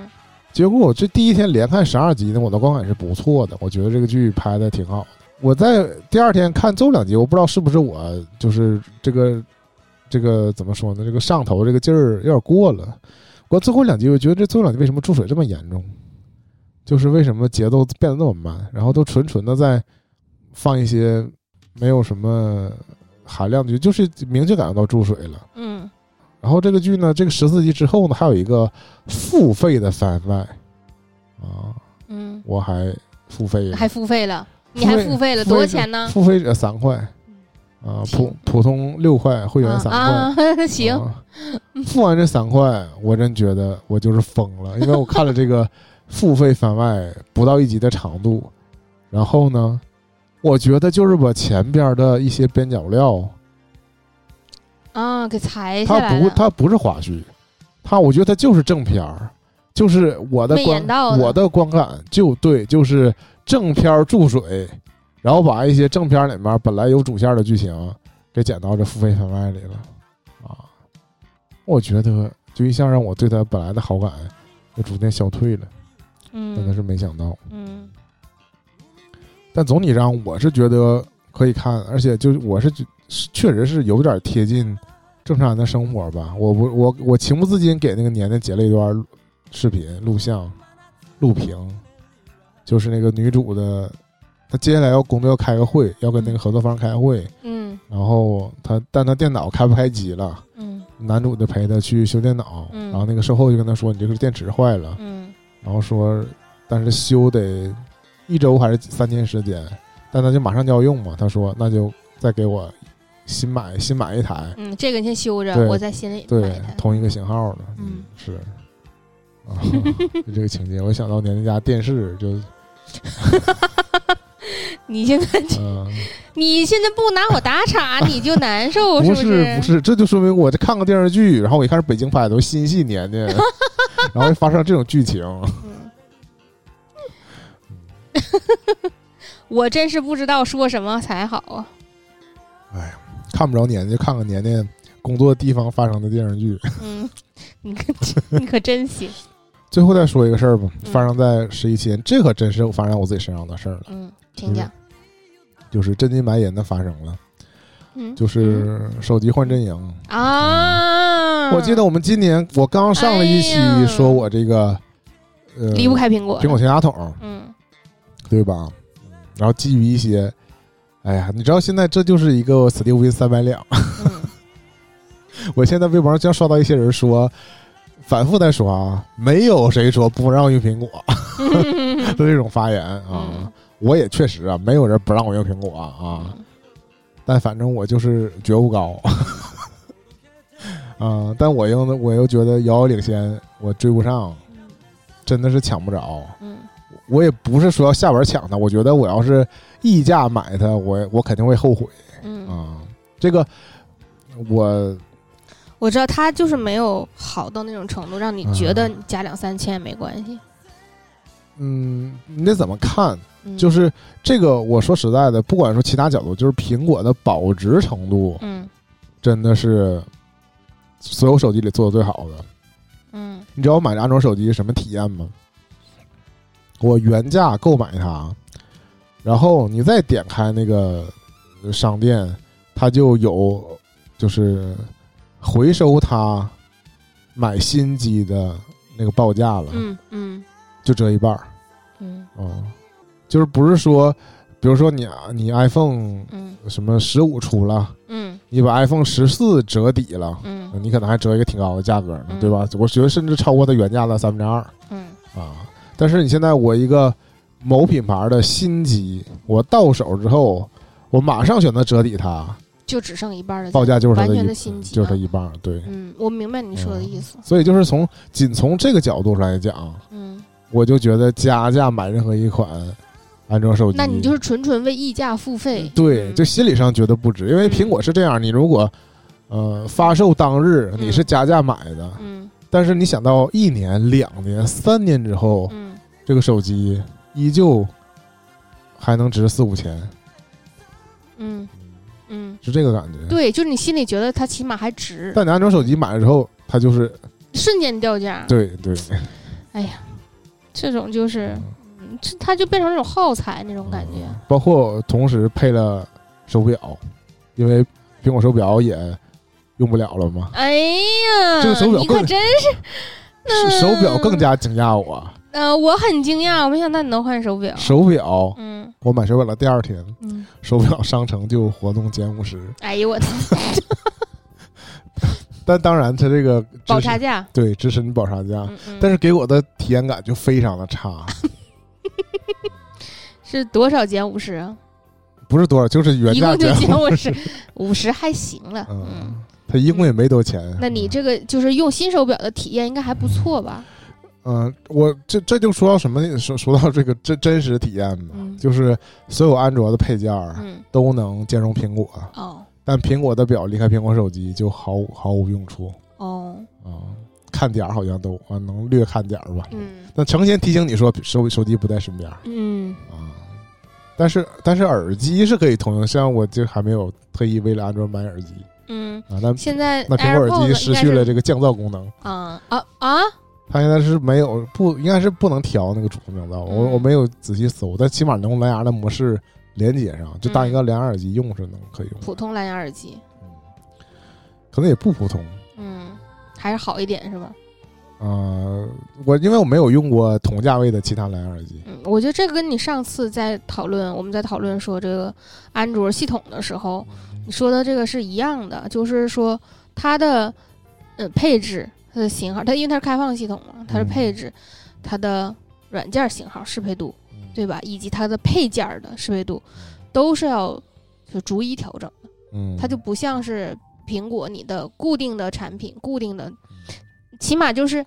[SPEAKER 1] 结果我这第一天连看十二集呢，我的观感是不错的，我觉得这个剧拍的挺好的。我在第二天看最后两集，我不知道是不是我就是这个这个怎么说呢，这个上头这个劲儿有点过了。我最后两集，我觉得这最后两集为什么注水这么严重？就是为什么节奏变得那么慢，然后都纯纯的在放一些没有什么含量的剧，就是明确感觉到注水了。
[SPEAKER 2] 嗯
[SPEAKER 1] 然后这个剧呢，这个十四集之后呢，还有一个付费的番外啊，
[SPEAKER 2] 嗯，
[SPEAKER 1] 我还付费了，
[SPEAKER 2] 还付费了？你还付费了？多少钱呢？
[SPEAKER 1] 付费者呃三块啊，普
[SPEAKER 2] 行
[SPEAKER 1] 普通六块，会员三块。
[SPEAKER 2] 啊，啊 行，
[SPEAKER 1] 啊付完这三块，我真觉得我就是疯了，因为我看了这个付费番外不到一集的长度，然后呢，我觉得就是把前边的一些边角料，
[SPEAKER 2] 啊，给裁下
[SPEAKER 1] 它
[SPEAKER 2] 来
[SPEAKER 1] 不，
[SPEAKER 2] 了。
[SPEAKER 1] 它不是花絮，它我觉得它就是正片儿，就是我的
[SPEAKER 2] 没
[SPEAKER 1] 观
[SPEAKER 2] 演到的
[SPEAKER 1] 我的观感就对，就是正片儿注水，然后把一些正片儿里面本来有主线的剧情给剪到这付费番外里了啊！我觉得就一下让我对他本来的好感就逐渐消退了，真的
[SPEAKER 2] 嗯
[SPEAKER 1] 是没想到。
[SPEAKER 2] 嗯
[SPEAKER 1] 但总体上我是觉得可以看，而且就我是觉是确实是有点贴近正常人的生活吧。我不我我情不自禁给那个年代截了一段视频录像录屏，就是那个女主的，她接下来要工作要开个会，要跟那个合作方开会，
[SPEAKER 2] 嗯
[SPEAKER 1] 然后她但她电脑开不开机了，
[SPEAKER 2] 嗯
[SPEAKER 1] 男主就陪她去修电脑，
[SPEAKER 2] 嗯
[SPEAKER 1] 然后那个售后就跟她说你这个电池坏了，
[SPEAKER 2] 嗯
[SPEAKER 1] 然后说，但是修得一周还是三天时间，但他就马上就要用嘛。他说那就再给我新买新买一台，
[SPEAKER 2] 嗯，这个你先修着
[SPEAKER 1] 对，
[SPEAKER 2] 我在心里买
[SPEAKER 1] 对
[SPEAKER 2] 一台，
[SPEAKER 1] 同一个型号的，
[SPEAKER 2] 嗯，
[SPEAKER 1] 是 啊，就这个情节，我想到年年家电视 就
[SPEAKER 2] 你现在 就
[SPEAKER 1] 嗯、
[SPEAKER 2] 你现在不拿我打岔，你就难受
[SPEAKER 1] 不
[SPEAKER 2] 不
[SPEAKER 1] 是不是，这就说明我这看个电视剧，然后我一看是北京拍的，都心系年 年，然后会发生这种剧情，
[SPEAKER 2] 嗯 我真是不知道说什么才好啊！
[SPEAKER 1] 看不着年年就看看年年工作地方发生的电视剧。
[SPEAKER 2] 嗯，你可你可真行，
[SPEAKER 1] 最后再说一个事儿吧，
[SPEAKER 2] 嗯
[SPEAKER 1] 发生在十一期间，这可真是发生在我自己身上的事儿了，
[SPEAKER 2] 嗯，请讲，
[SPEAKER 1] 就是真金白银的发生了，
[SPEAKER 2] 嗯，
[SPEAKER 1] 就是手机换阵营。
[SPEAKER 2] 啊，
[SPEAKER 1] 我记得我们今年我刚上了一期
[SPEAKER 2] 哎呀，
[SPEAKER 1] 说我这个呃
[SPEAKER 2] 离不开苹果，
[SPEAKER 1] 苹果，全家桶，
[SPEAKER 2] 嗯
[SPEAKER 1] 对吧？然后基于一些，哎呀，你知道现在这就是一个此地无银三百两。
[SPEAKER 2] 嗯
[SPEAKER 1] 我现在微博上经常刷到一些人说，反复在说啊，没有谁说不让用苹 果 的这种发言 啊。
[SPEAKER 2] 嗯
[SPEAKER 1] 我也确实啊，没有人不让我用苹果啊啊，但反正我就是觉悟高 啊。但我又我又觉得遥遥领先，我追不上，真的是抢不着。
[SPEAKER 2] 嗯
[SPEAKER 1] 我也不是说要下本抢它，我觉得我要是溢价买它，我我肯定会后悔
[SPEAKER 2] 嗯嗯，
[SPEAKER 1] 啊。这个我
[SPEAKER 2] 我知道它就是没有好到那种程度，让你觉得你加两三千也没关系。
[SPEAKER 1] 嗯，你得怎么看？
[SPEAKER 2] 嗯
[SPEAKER 1] 就是这个，我说实在的，不管说其他角度，就是苹果的保值程度
[SPEAKER 2] 嗯
[SPEAKER 1] 真的是所有手机里做的最好的。
[SPEAKER 2] 嗯
[SPEAKER 1] 你知道我买这安卓手机是什么体验吗？我原价购买它，然后你再点开那个商店，它就有就是回收它买新机的那个报价了，
[SPEAKER 2] 嗯嗯
[SPEAKER 1] 就折一半儿
[SPEAKER 2] 嗯
[SPEAKER 1] 啊、就是不是说，比如说你你 iPhone
[SPEAKER 2] 嗯
[SPEAKER 1] 什么十五出了，
[SPEAKER 2] 嗯
[SPEAKER 1] 你把 iPhone 十四折抵了，
[SPEAKER 2] 嗯
[SPEAKER 1] 你可能还折一个挺高的价格呢，
[SPEAKER 2] 嗯
[SPEAKER 1] 对吧？我觉得甚至超过它原价的三分之二。
[SPEAKER 2] 嗯
[SPEAKER 1] 啊。但是你现在我一个某品牌的新机，我到手之后，我马上选择折抵它，
[SPEAKER 2] 就只剩一半的
[SPEAKER 1] 报价就是它
[SPEAKER 2] 完
[SPEAKER 1] 的
[SPEAKER 2] 全
[SPEAKER 1] 一，
[SPEAKER 2] 的新机，
[SPEAKER 1] 就是它一半儿，对。
[SPEAKER 2] 嗯，我明白你说的意思。
[SPEAKER 1] 所以就是从仅从这个角度来讲，
[SPEAKER 2] 嗯，
[SPEAKER 1] 我就觉得加价买任何一款安卓手机，
[SPEAKER 2] 那你就是纯纯为溢价付费。
[SPEAKER 1] 对，
[SPEAKER 2] 嗯
[SPEAKER 1] 就心理上觉得不值，因为
[SPEAKER 2] 嗯
[SPEAKER 1] 苹果是这样，你如果。呃，发售当日你是加价买的，
[SPEAKER 2] 嗯
[SPEAKER 1] 但是你想到一年、两年、三年之后，
[SPEAKER 2] 嗯
[SPEAKER 1] 这个手机依旧还能值四五千，
[SPEAKER 2] 嗯嗯，
[SPEAKER 1] 是这个感觉。，
[SPEAKER 2] 对，就是你心里觉得它起码还值，
[SPEAKER 1] 但你安卓手机买了之后，它就是
[SPEAKER 2] 嗯瞬间掉价。
[SPEAKER 1] 对对，
[SPEAKER 2] 这种就是
[SPEAKER 1] 嗯，
[SPEAKER 2] 嗯这它就变成那种耗材那种感觉。
[SPEAKER 1] 嗯包括同时配了手表，因为苹果手表也用不了了嘛，
[SPEAKER 2] 哎呀，
[SPEAKER 1] 这个手表
[SPEAKER 2] 你可
[SPEAKER 1] 更
[SPEAKER 2] 真嗯
[SPEAKER 1] 手手表更加惊讶我。啊
[SPEAKER 2] 呃，我很惊讶，我没想到你能换手表。
[SPEAKER 1] 手表，
[SPEAKER 2] 嗯
[SPEAKER 1] 我买手表的第二天，
[SPEAKER 2] 嗯，
[SPEAKER 1] 手表商城就活动减五十，
[SPEAKER 2] 哎呦 我操，
[SPEAKER 1] 但当然它这个支持
[SPEAKER 2] 保差价。
[SPEAKER 1] 对支持你保差价，
[SPEAKER 2] 嗯嗯，
[SPEAKER 1] 啊但是给我的体验感就非常的差，
[SPEAKER 2] 是多少减五十啊？
[SPEAKER 1] 不是多少，就是原
[SPEAKER 2] 一
[SPEAKER 1] 价
[SPEAKER 2] 共就
[SPEAKER 1] 减
[SPEAKER 2] 减五十，五十还行了。嗯，
[SPEAKER 1] 嗯，他一共也没多钱。
[SPEAKER 2] 那你这个就是用新手表的体验应该还不错吧？
[SPEAKER 1] 嗯、我这这就说到什么？说说到这个真真实体验嘛，
[SPEAKER 2] 嗯
[SPEAKER 1] 就是所有安卓的配件儿
[SPEAKER 2] 嗯，
[SPEAKER 1] 都能兼容苹果，
[SPEAKER 2] 哦
[SPEAKER 1] 但苹果的表离开苹果手机就毫无毫无用处
[SPEAKER 2] 哦，
[SPEAKER 1] 啊、看点儿好像都啊能略看点儿吧。
[SPEAKER 2] 嗯
[SPEAKER 1] 那成天提醒你说手手机不在身边儿
[SPEAKER 2] 嗯
[SPEAKER 1] 啊、但是但是耳机是可以通用，像我就还没有特意为了安卓买耳机
[SPEAKER 2] 嗯，
[SPEAKER 1] 啊。那
[SPEAKER 2] 现在
[SPEAKER 1] 那苹果耳
[SPEAKER 2] AirPods
[SPEAKER 1] 机失
[SPEAKER 2] 应该
[SPEAKER 1] 去了
[SPEAKER 2] 是
[SPEAKER 1] 这个降噪功能。
[SPEAKER 2] 啊啊啊！
[SPEAKER 1] 它现在是没有不应该是不能调那个主频道，我、
[SPEAKER 2] 嗯
[SPEAKER 1] 我没有仔细搜，但起码能用蓝牙的模式连接上，就当一
[SPEAKER 2] 嗯
[SPEAKER 1] 个蓝牙耳机用是能可以用的，
[SPEAKER 2] 普通蓝牙耳机，
[SPEAKER 1] 嗯可能也不普通。
[SPEAKER 2] 嗯，还是好一点是吧？
[SPEAKER 1] 呃，我因为我没有用过同价位的其他蓝牙耳机，
[SPEAKER 2] 嗯，我觉得这个跟你上次在讨论，我们在讨论说这个安卓系统的时候，你说的这个是一样的，就是说它的呃配置、它的型号，它因为它是开放系统嘛，它的
[SPEAKER 1] 嗯
[SPEAKER 2] 配置、它的软件型号、适配度，
[SPEAKER 1] 嗯
[SPEAKER 2] 对吧？以及它的配件儿的适配度，都是要就逐一调整的。
[SPEAKER 1] 嗯，
[SPEAKER 2] 它就不像是苹果你的固定的产品、固定
[SPEAKER 1] 嗯
[SPEAKER 2] 的，起码就是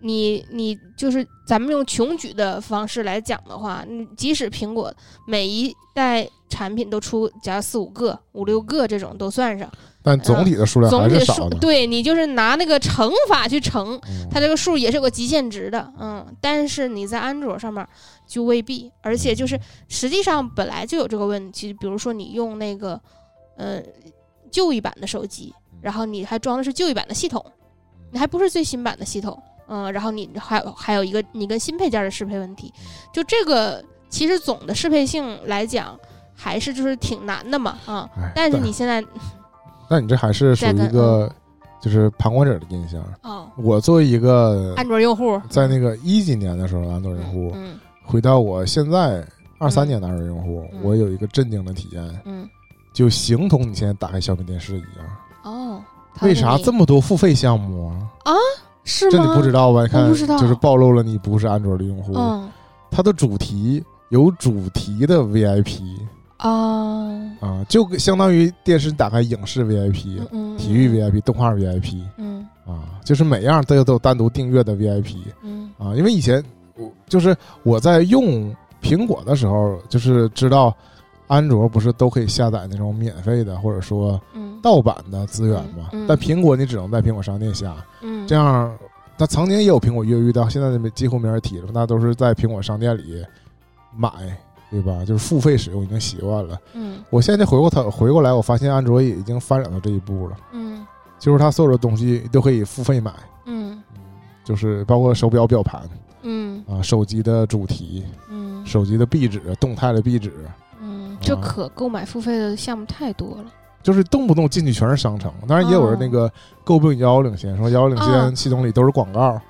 [SPEAKER 2] 你你就是咱们用穷举的方式来讲的话，你即使苹果每一代产品都出加四五个、五六个这种都算上，
[SPEAKER 1] 但总体的数量
[SPEAKER 2] 呃
[SPEAKER 1] 还
[SPEAKER 2] 总体
[SPEAKER 1] 是
[SPEAKER 2] 数
[SPEAKER 1] 少的。
[SPEAKER 2] 对你就是拿那个乘法去乘，
[SPEAKER 1] 嗯
[SPEAKER 2] 它这个数也是有个极限值的，嗯，但是你在安卓上面就未必，而且就是实际上本来就有这个问题，比如说你用那个，呃，旧一版的手机，
[SPEAKER 1] 嗯
[SPEAKER 2] 然后你还装的是旧一版的系统，你还不是最新版的系统，嗯，然后你还有还有一个你跟新配件的适配问题，
[SPEAKER 1] 嗯
[SPEAKER 2] 就这个其实总的适配性来讲还是就是挺难的嘛，啊、
[SPEAKER 1] 哎
[SPEAKER 2] 但是你现在
[SPEAKER 1] 那你这还是属于一
[SPEAKER 2] 再跟嗯
[SPEAKER 1] 个就是旁观者的印象。
[SPEAKER 2] 哦，
[SPEAKER 1] 我作为一个
[SPEAKER 2] 安卓用户
[SPEAKER 1] 在那个一几年的时候的安卓用户，
[SPEAKER 2] 嗯
[SPEAKER 1] 回到我现在二三
[SPEAKER 2] 嗯
[SPEAKER 1] 年的安卓用户，
[SPEAKER 2] 嗯
[SPEAKER 1] 我有一个震惊的体验，
[SPEAKER 2] 嗯
[SPEAKER 1] 就形同你现在打开小米电视一样。
[SPEAKER 2] 嗯，哦，
[SPEAKER 1] 为啥这
[SPEAKER 2] 么
[SPEAKER 1] 么多付费项目啊？
[SPEAKER 2] 啊？是
[SPEAKER 1] 这你
[SPEAKER 2] 吗？
[SPEAKER 1] 不知道吧？你看
[SPEAKER 2] 我不知道，
[SPEAKER 1] 就是暴露了你不是安卓的用户。
[SPEAKER 2] 嗯
[SPEAKER 1] 它的主题有主题的 VIP
[SPEAKER 2] 啊，
[SPEAKER 1] 啊，就相当于电视打开影视 VIP、
[SPEAKER 2] 嗯嗯，
[SPEAKER 1] 体育 VIP、动画 VIP
[SPEAKER 2] 嗯
[SPEAKER 1] 啊，就是每样都有都有单独订阅的 VIP
[SPEAKER 2] 嗯
[SPEAKER 1] 啊。因为以前我就是我在用苹果的时候，就是知道安卓不是都可以下载那种免费的或者说
[SPEAKER 2] 嗯
[SPEAKER 1] 盗版的资源嘛，
[SPEAKER 2] 嗯嗯
[SPEAKER 1] 但苹果你只能在苹果商店下。
[SPEAKER 2] 嗯，
[SPEAKER 1] 这样，它曾经也有苹果越狱，但现在没几乎没人提了，那都是在苹果商店里买，对吧？就是付费使用已经习惯了。
[SPEAKER 2] 嗯
[SPEAKER 1] 我现在回过头回过来，我发现安卓也已经发展到这一步了，
[SPEAKER 2] 嗯
[SPEAKER 1] 就是它所有的东西都可以付费买，
[SPEAKER 2] 嗯
[SPEAKER 1] 就是包括手表表盘
[SPEAKER 2] 嗯
[SPEAKER 1] 啊、手机的主题、
[SPEAKER 2] 嗯
[SPEAKER 1] 手机的壁纸、动态的壁纸，
[SPEAKER 2] 嗯，这
[SPEAKER 1] 啊
[SPEAKER 2] 可购买付费的项目太多了。
[SPEAKER 1] 就是动不动进去全是商城。当然，也有人那
[SPEAKER 2] 哦
[SPEAKER 1] 个诟病幺幺领先，说幺幺领
[SPEAKER 2] 啊
[SPEAKER 1] 先系统里都是广告。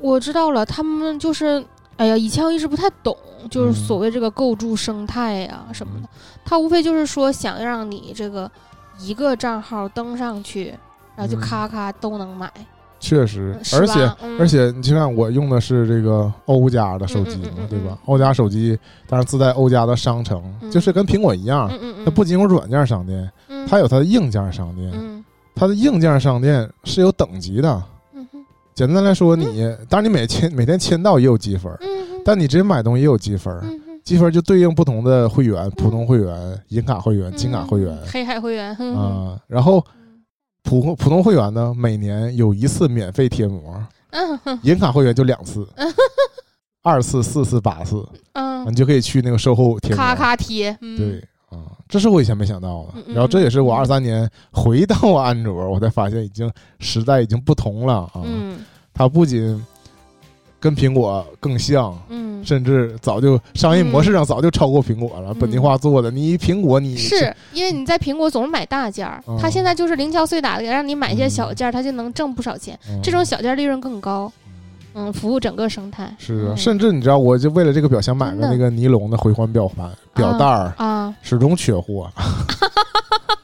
[SPEAKER 2] 我知道了，他们就是，哎呀，以前我一直不太懂，就是
[SPEAKER 1] 嗯
[SPEAKER 2] 所谓这个构筑生态呀、什么的，它无非就是说想让你这个一个账号登上去，然后就
[SPEAKER 1] 嗯
[SPEAKER 2] 咔咔都能买，
[SPEAKER 1] 确实，
[SPEAKER 2] 是
[SPEAKER 1] 而
[SPEAKER 2] 吧
[SPEAKER 1] 且
[SPEAKER 2] 嗯
[SPEAKER 1] 而且你就看我用的是这个欧家的手机嘛
[SPEAKER 2] 嗯嗯嗯，嗯
[SPEAKER 1] 对吧？欧家手机当然自带欧家的商城，
[SPEAKER 2] 嗯
[SPEAKER 1] 就是跟苹果一样，
[SPEAKER 2] 嗯嗯嗯，
[SPEAKER 1] 啊它不仅有软件商店，
[SPEAKER 2] 嗯，
[SPEAKER 1] 它有它的硬件商店。
[SPEAKER 2] 嗯
[SPEAKER 1] 它的硬件商店是有等级的，
[SPEAKER 2] 嗯嗯
[SPEAKER 1] 简单来说你，当然你每签每天签到也有积分，
[SPEAKER 2] 嗯，
[SPEAKER 1] 但你直接买东西也有积分。
[SPEAKER 2] 嗯嗯
[SPEAKER 1] 积分就对应不同的会员，普通会员、银卡会员、金卡会员
[SPEAKER 2] 嗯黑海会员，嗯
[SPEAKER 1] 啊、然后普普通会员呢，每年有一次免费贴膜，
[SPEAKER 2] 嗯嗯
[SPEAKER 1] 银卡会员就两 次，二次、四次、八次，
[SPEAKER 2] 嗯，
[SPEAKER 1] 你就可以去那个售后贴膜。
[SPEAKER 2] 咔咔贴，嗯，
[SPEAKER 1] 对啊，这是我以前没想到
[SPEAKER 2] 嗯
[SPEAKER 1] 的。
[SPEAKER 2] 嗯
[SPEAKER 1] 然后这也是我二三年回到安卓，我才发现已经时代已经不同了啊。
[SPEAKER 2] 嗯
[SPEAKER 1] 它不仅跟苹果更像，
[SPEAKER 2] 嗯，
[SPEAKER 1] 甚至早就商业模式上早就超过苹果了。
[SPEAKER 2] 嗯
[SPEAKER 1] 本地化做的，你一苹果你
[SPEAKER 2] 是因为你在苹果总是买大件儿，
[SPEAKER 1] 哦
[SPEAKER 2] 它现在就是零敲碎打的，让你买一些小
[SPEAKER 1] 嗯
[SPEAKER 2] 件儿，它就能挣不少钱。
[SPEAKER 1] 嗯
[SPEAKER 2] 这种小件儿利润更高，嗯，服务整个生态。
[SPEAKER 1] 是啊，
[SPEAKER 2] 嗯
[SPEAKER 1] 甚至你知道，我就为了这个表想买
[SPEAKER 2] 真
[SPEAKER 1] 个
[SPEAKER 2] 的
[SPEAKER 1] 那个尼龙的回环表盘表带儿。
[SPEAKER 2] 啊，
[SPEAKER 1] 始终缺 货。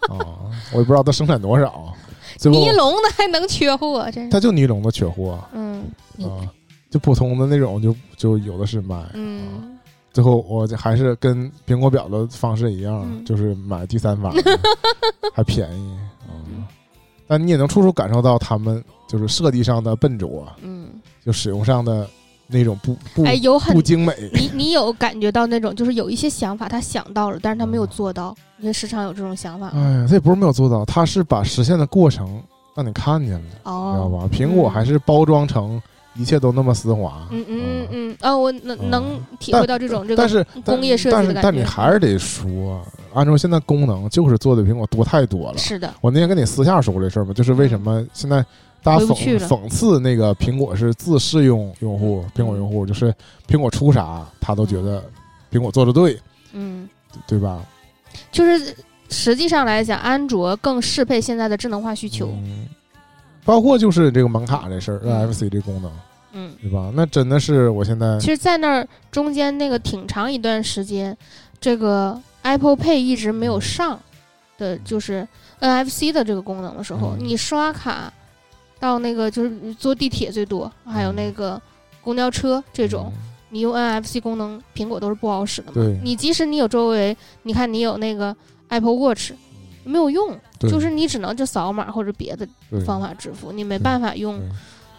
[SPEAKER 1] 啊，我也不知道它生产多少，最后
[SPEAKER 2] 尼龙的还能缺货，真是。
[SPEAKER 1] 它就尼龙的缺货
[SPEAKER 2] 嗯
[SPEAKER 1] 啊，就普通的那种就就有的是卖。啊，
[SPEAKER 2] 嗯
[SPEAKER 1] 最后我这还是跟苹果表的方式一样，
[SPEAKER 2] 嗯
[SPEAKER 1] 就是买第三方 的还便宜啊。但你也能处处感受到他们就是设计上的笨拙，
[SPEAKER 2] 嗯，
[SPEAKER 1] 就使用上的那种不不、
[SPEAKER 2] 哎，有很
[SPEAKER 1] 不精美。
[SPEAKER 2] 你你有感觉到那种就是有一些想法，他想到了，但是他没有做到。
[SPEAKER 1] 嗯
[SPEAKER 2] 你时常有这种想法
[SPEAKER 1] 哎呀，这也不是没有做到，他是把实现的过程让你看见了。知道
[SPEAKER 2] 哦。
[SPEAKER 1] 吧？苹果还是包装成一切都那么丝滑，
[SPEAKER 2] 嗯嗯
[SPEAKER 1] 啊，
[SPEAKER 2] 嗯嗯，哦，我能
[SPEAKER 1] 嗯
[SPEAKER 2] 能体
[SPEAKER 1] 但
[SPEAKER 2] 会到这种这
[SPEAKER 1] 但
[SPEAKER 2] 个
[SPEAKER 1] 是但
[SPEAKER 2] 工业设计的
[SPEAKER 1] 但是
[SPEAKER 2] 感觉
[SPEAKER 1] 但你还是得说，安卓现在功能就是做的苹果多太多了。
[SPEAKER 2] 是的，
[SPEAKER 1] 我那天跟你私下说过这事儿嘛，就是为什么现在大家
[SPEAKER 2] 嗯回不去
[SPEAKER 1] 讽讽
[SPEAKER 2] 了
[SPEAKER 1] 刺那个苹果是自适用用户，苹
[SPEAKER 2] 嗯
[SPEAKER 1] 果用户就是苹果出啥他都觉得苹果做的对，
[SPEAKER 2] 嗯。
[SPEAKER 1] 对吧？
[SPEAKER 2] 就是实际上来讲，安卓更适配现在的智能化需求。
[SPEAKER 1] 嗯包括就是这个门卡这事儿
[SPEAKER 2] 嗯
[SPEAKER 1] ，NFC 这功能，
[SPEAKER 2] 嗯，
[SPEAKER 1] 对吧？那真的是我现在嗯
[SPEAKER 2] 其实，在那儿中间那个挺长一段时间，这个 Apple Pay 一直没有上的，就是 NFC 的这个功能的时候，
[SPEAKER 1] 嗯
[SPEAKER 2] 你刷卡到那个就是坐地铁最多，还有那个公交车这种，
[SPEAKER 1] 嗯
[SPEAKER 2] 你用 NFC 功能，苹果都是不好使的嘛。
[SPEAKER 1] 对
[SPEAKER 2] 你即使你有周围，你看你有那个 Apple Watch，没有用，
[SPEAKER 1] 嗯对
[SPEAKER 2] 就是你只能就扫码或者别的
[SPEAKER 1] 对
[SPEAKER 2] 方法支付，你没
[SPEAKER 1] 对
[SPEAKER 2] 办法用
[SPEAKER 1] 对，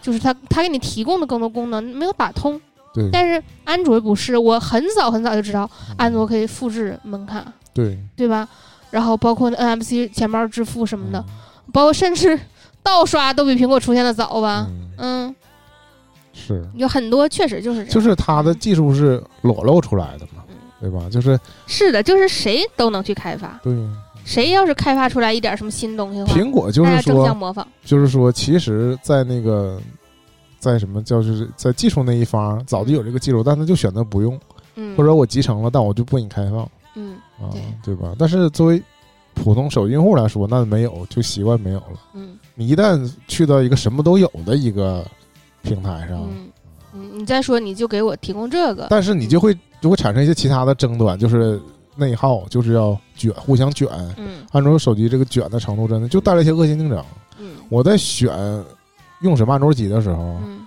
[SPEAKER 2] 就是它它给你提供的更多功能没有打通。
[SPEAKER 1] 对，
[SPEAKER 2] 但是安卓不是，我很早很早就知道安卓
[SPEAKER 1] 以
[SPEAKER 2] 可以复制门卡，
[SPEAKER 1] 对
[SPEAKER 2] 对吧？然后包括那 NFC 钱包支付什么
[SPEAKER 1] 嗯
[SPEAKER 2] 的，包括甚至盗刷都比苹果出现的早吧。
[SPEAKER 1] 嗯
[SPEAKER 2] 嗯，
[SPEAKER 1] 是，
[SPEAKER 2] 有很多确实就是这样，
[SPEAKER 1] 就是它的技术是裸露出来的嘛
[SPEAKER 2] 嗯，
[SPEAKER 1] 对吧？就是
[SPEAKER 2] 是的，就是谁都能去开发，
[SPEAKER 1] 对
[SPEAKER 2] 谁要是开发出来一点什么新东西的话，
[SPEAKER 1] 苹果，就
[SPEAKER 2] 大
[SPEAKER 1] 是
[SPEAKER 2] 家争相
[SPEAKER 1] 说，
[SPEAKER 2] 模仿。
[SPEAKER 1] 就是说，其实，在那个在什么叫就是在技术那一方早就有这个技术，但他就选择不用，
[SPEAKER 2] 嗯，
[SPEAKER 1] 或者我集成了，但我就不给你开放
[SPEAKER 2] 嗯
[SPEAKER 1] 啊
[SPEAKER 2] 对，
[SPEAKER 1] 对吧？但是作为普通手机用户来说，那没有就习惯没有了。
[SPEAKER 2] 嗯
[SPEAKER 1] 你一旦去到一个什么都有的一个平台上，
[SPEAKER 2] 嗯嗯，你再说你就给我提供这个，
[SPEAKER 1] 啊但是你就会就会产生一些其他的争端，就是内耗，就是要卷，互相卷。
[SPEAKER 2] 嗯
[SPEAKER 1] 安卓手机这个卷的程度真的就带来一些恶性竞争。
[SPEAKER 2] 嗯
[SPEAKER 1] 我在选用审判周期的时候，
[SPEAKER 2] 嗯，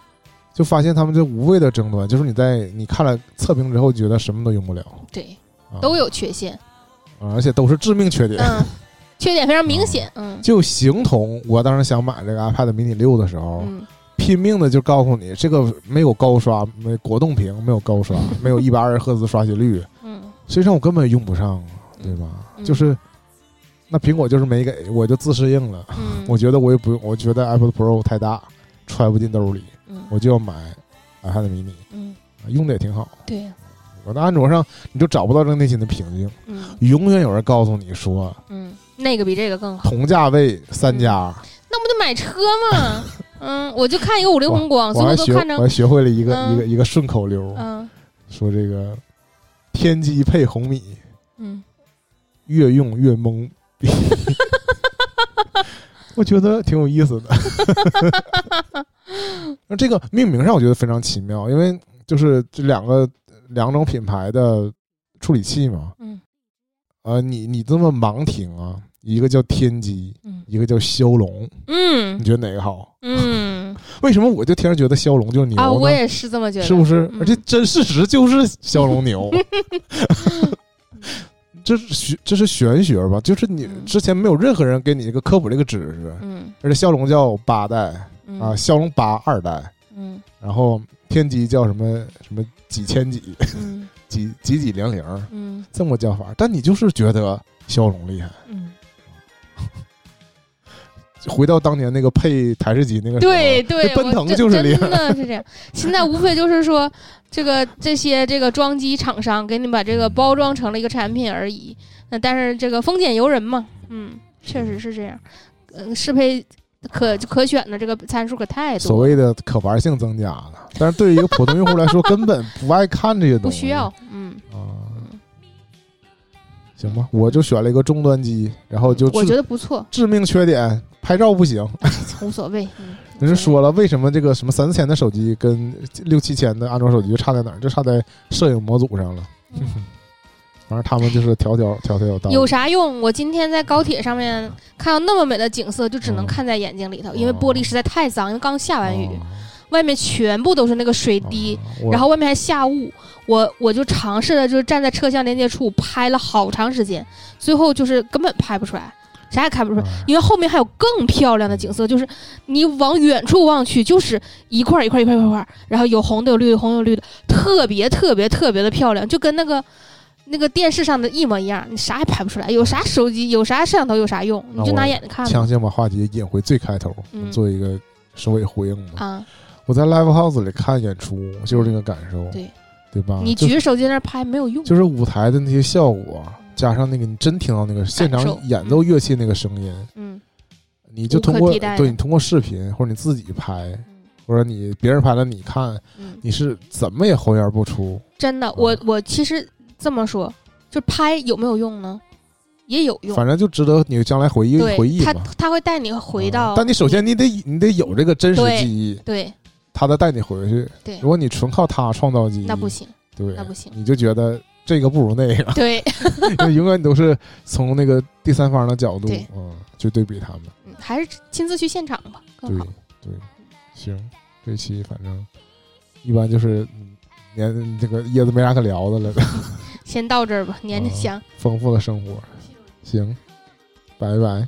[SPEAKER 1] 就发现他们这无谓的争端，就是你在你看了测评之后，觉得什么都用不了，
[SPEAKER 2] 对，
[SPEAKER 1] 啊、
[SPEAKER 2] 都有缺陷，
[SPEAKER 1] 啊，而且都是致命缺点，
[SPEAKER 2] 嗯，缺点非常明显，嗯
[SPEAKER 1] 就形同我当时想买这个 iPad mini 六的时候，
[SPEAKER 2] 嗯，
[SPEAKER 1] 拼命的就告诉你这个没有高刷，没果冻屏，没有高 刷，没有一百二十赫兹刷新率，
[SPEAKER 2] 嗯，
[SPEAKER 1] 实际上我根本用不上，对吧？
[SPEAKER 2] 嗯
[SPEAKER 1] 就是那苹果就是没给，我就自适应了。
[SPEAKER 2] 嗯，
[SPEAKER 1] 啊我觉得我也不用，我觉得 Apple Pro 太大，揣不进兜里，
[SPEAKER 2] 嗯，
[SPEAKER 1] 我就要买 iPad mini，
[SPEAKER 2] 嗯，
[SPEAKER 1] 啊用的也挺好。
[SPEAKER 2] 对，啊
[SPEAKER 1] 我的安卓上你就找不到这内心的平静，
[SPEAKER 2] 嗯
[SPEAKER 1] 永远有人告诉你说
[SPEAKER 2] 嗯，那个比这个更 好，
[SPEAKER 1] 同价位三家，
[SPEAKER 2] 那不就买车 吗？嗯，我就看一个五菱宏
[SPEAKER 1] 我
[SPEAKER 2] 光，嗯哦所有
[SPEAKER 1] 还
[SPEAKER 2] 都
[SPEAKER 1] 学我
[SPEAKER 2] 看着，
[SPEAKER 1] 还学会了一个、
[SPEAKER 2] 嗯
[SPEAKER 1] 一个一个顺口溜，
[SPEAKER 2] 嗯
[SPEAKER 1] 说这个天机配红米，
[SPEAKER 2] 嗯，
[SPEAKER 1] 越用越懵 逼。我觉得挺有意思 的。那这个命名上我觉得非常奇妙，因为就是这两个两种品牌的处理器嘛，
[SPEAKER 2] 嗯
[SPEAKER 1] 呃，你你这么盲听啊，一个叫天玑，
[SPEAKER 2] 嗯
[SPEAKER 1] 一个叫骁龙，你
[SPEAKER 2] 嗯
[SPEAKER 1] 觉得哪个好？
[SPEAKER 2] 嗯，
[SPEAKER 1] 为什么我就天然觉得骁龙就是牛呢？
[SPEAKER 2] 啊，我也是这么觉得，
[SPEAKER 1] 是不是？
[SPEAKER 2] 嗯
[SPEAKER 1] 而且真事实就是骁龙 牛， 这是玄这是玄学吧？就是你
[SPEAKER 2] 嗯
[SPEAKER 1] 之前没有任何人给你一个科普这个知识，
[SPEAKER 2] 嗯
[SPEAKER 1] 而且骁龙叫八代
[SPEAKER 2] 嗯
[SPEAKER 1] 啊，骁龙八二代，
[SPEAKER 2] 嗯
[SPEAKER 1] 然后天玑叫什么什么几千几
[SPEAKER 2] 嗯
[SPEAKER 1] 几几几零零
[SPEAKER 2] 嗯
[SPEAKER 1] 这么叫法，但你就是觉得骁龙厉害。
[SPEAKER 2] 嗯，
[SPEAKER 1] 回到当年那个配台式机那 个时候
[SPEAKER 2] 对对，
[SPEAKER 1] 这奔
[SPEAKER 2] 我
[SPEAKER 1] 腾
[SPEAKER 2] 这
[SPEAKER 1] 就是厉害
[SPEAKER 2] 真的是这样。现在无非就是说，这个这些这个装机厂商给你把这
[SPEAKER 1] 嗯
[SPEAKER 2] 个包装成了一个产品而已。那但是这个丰俭由人嘛，嗯，确实是这样。嗯，适配可可选的这个参数可太
[SPEAKER 1] 所
[SPEAKER 2] 多
[SPEAKER 1] 谓
[SPEAKER 2] 了，
[SPEAKER 1] 的可玩性增加了，但是对于一个普通用户来说，根本不爱看这些
[SPEAKER 2] 不
[SPEAKER 1] 东西，
[SPEAKER 2] 需要。嗯，
[SPEAKER 1] 啊。行吧，我就选了一个终端机，然后就
[SPEAKER 2] 我觉
[SPEAKER 1] 致
[SPEAKER 2] 得不错，
[SPEAKER 1] 致命缺点拍照不行。
[SPEAKER 2] 无所谓。嗯，
[SPEAKER 1] 人家说了，为什么这个什么三四千的手机跟六七千的安卓手机就差在哪儿？就差在摄影模组上了。
[SPEAKER 2] 嗯
[SPEAKER 1] 反正他们就是条条条条有道理。
[SPEAKER 2] 有啥用？我今天在高铁上面看到那么美的景色，就只能
[SPEAKER 1] 嗯哦
[SPEAKER 2] 看在眼睛里头，因为玻璃实在太脏，因为刚下完雨，
[SPEAKER 1] 啊
[SPEAKER 2] 外面全部都是那个水滴，
[SPEAKER 1] 啊我
[SPEAKER 2] 然后外面还下雾。我我就尝试着就是站在车厢连接处拍了好长时间，最后就是根本拍不出来，啥也看不出来，
[SPEAKER 1] 哎
[SPEAKER 2] 因为后面还有更漂亮的景色，就是你往远处望去，就是一块儿一块儿一块儿一块儿一块儿，然后有红的有绿的，有红的有绿的，特别特别特别的漂亮，就跟那个那个电视上的一模一样，你啥也拍不出来，有啥手机有啥摄像头有啥用，
[SPEAKER 1] 那
[SPEAKER 2] 你就拿
[SPEAKER 1] 啊我
[SPEAKER 2] 眼睛看
[SPEAKER 1] 强
[SPEAKER 2] 吧。
[SPEAKER 1] 行把话题引回最开头，
[SPEAKER 2] 嗯
[SPEAKER 1] 做一个首尾呼应嘛。
[SPEAKER 2] 啊，
[SPEAKER 1] 我在 Live House 里看演出，就是这个感受，
[SPEAKER 2] 对
[SPEAKER 1] 对吧？
[SPEAKER 2] 你
[SPEAKER 1] 啊就
[SPEAKER 2] 举着手机在那儿拍没有用。
[SPEAKER 1] 就是舞台的那些效果，加上那个你真听到那个现场
[SPEAKER 2] 感受
[SPEAKER 1] 演奏乐器那个声音，
[SPEAKER 2] 嗯
[SPEAKER 1] 你就
[SPEAKER 2] 无可
[SPEAKER 1] 通过
[SPEAKER 2] 替代的
[SPEAKER 1] 对你通过视频或者你自己拍，或者你别人拍了你看，
[SPEAKER 2] 嗯，
[SPEAKER 1] 你是怎么也还原不出。
[SPEAKER 2] 真的，我我其实这么说，就拍有没有用呢？也有用。
[SPEAKER 1] 反正就值得你将来回忆
[SPEAKER 2] 对
[SPEAKER 1] 回忆
[SPEAKER 2] 他
[SPEAKER 1] 嘛。
[SPEAKER 2] 他会带你回到、
[SPEAKER 1] 啊但你首先你得你得有这个真实
[SPEAKER 2] 对
[SPEAKER 1] 记忆，
[SPEAKER 2] 对
[SPEAKER 1] 他再带你回去。
[SPEAKER 2] 对
[SPEAKER 1] 如，果你纯靠他创造记忆，
[SPEAKER 2] 那不，行，
[SPEAKER 1] 对，
[SPEAKER 2] 那不行
[SPEAKER 1] 你就觉得这个不如那个，
[SPEAKER 2] 对。
[SPEAKER 1] 因为永远都是从那个第三方的角度
[SPEAKER 2] 对，
[SPEAKER 1] 嗯，去对比他们。
[SPEAKER 2] 嗯，还是亲自去现场吧更
[SPEAKER 1] 对
[SPEAKER 2] 好。
[SPEAKER 1] 对，行，这期反正一般就是嗯年这个椰子没啥可聊的了，
[SPEAKER 2] 先到这儿吧，年年
[SPEAKER 1] 啊
[SPEAKER 2] 香。
[SPEAKER 1] 丰富的生活。行，拜拜。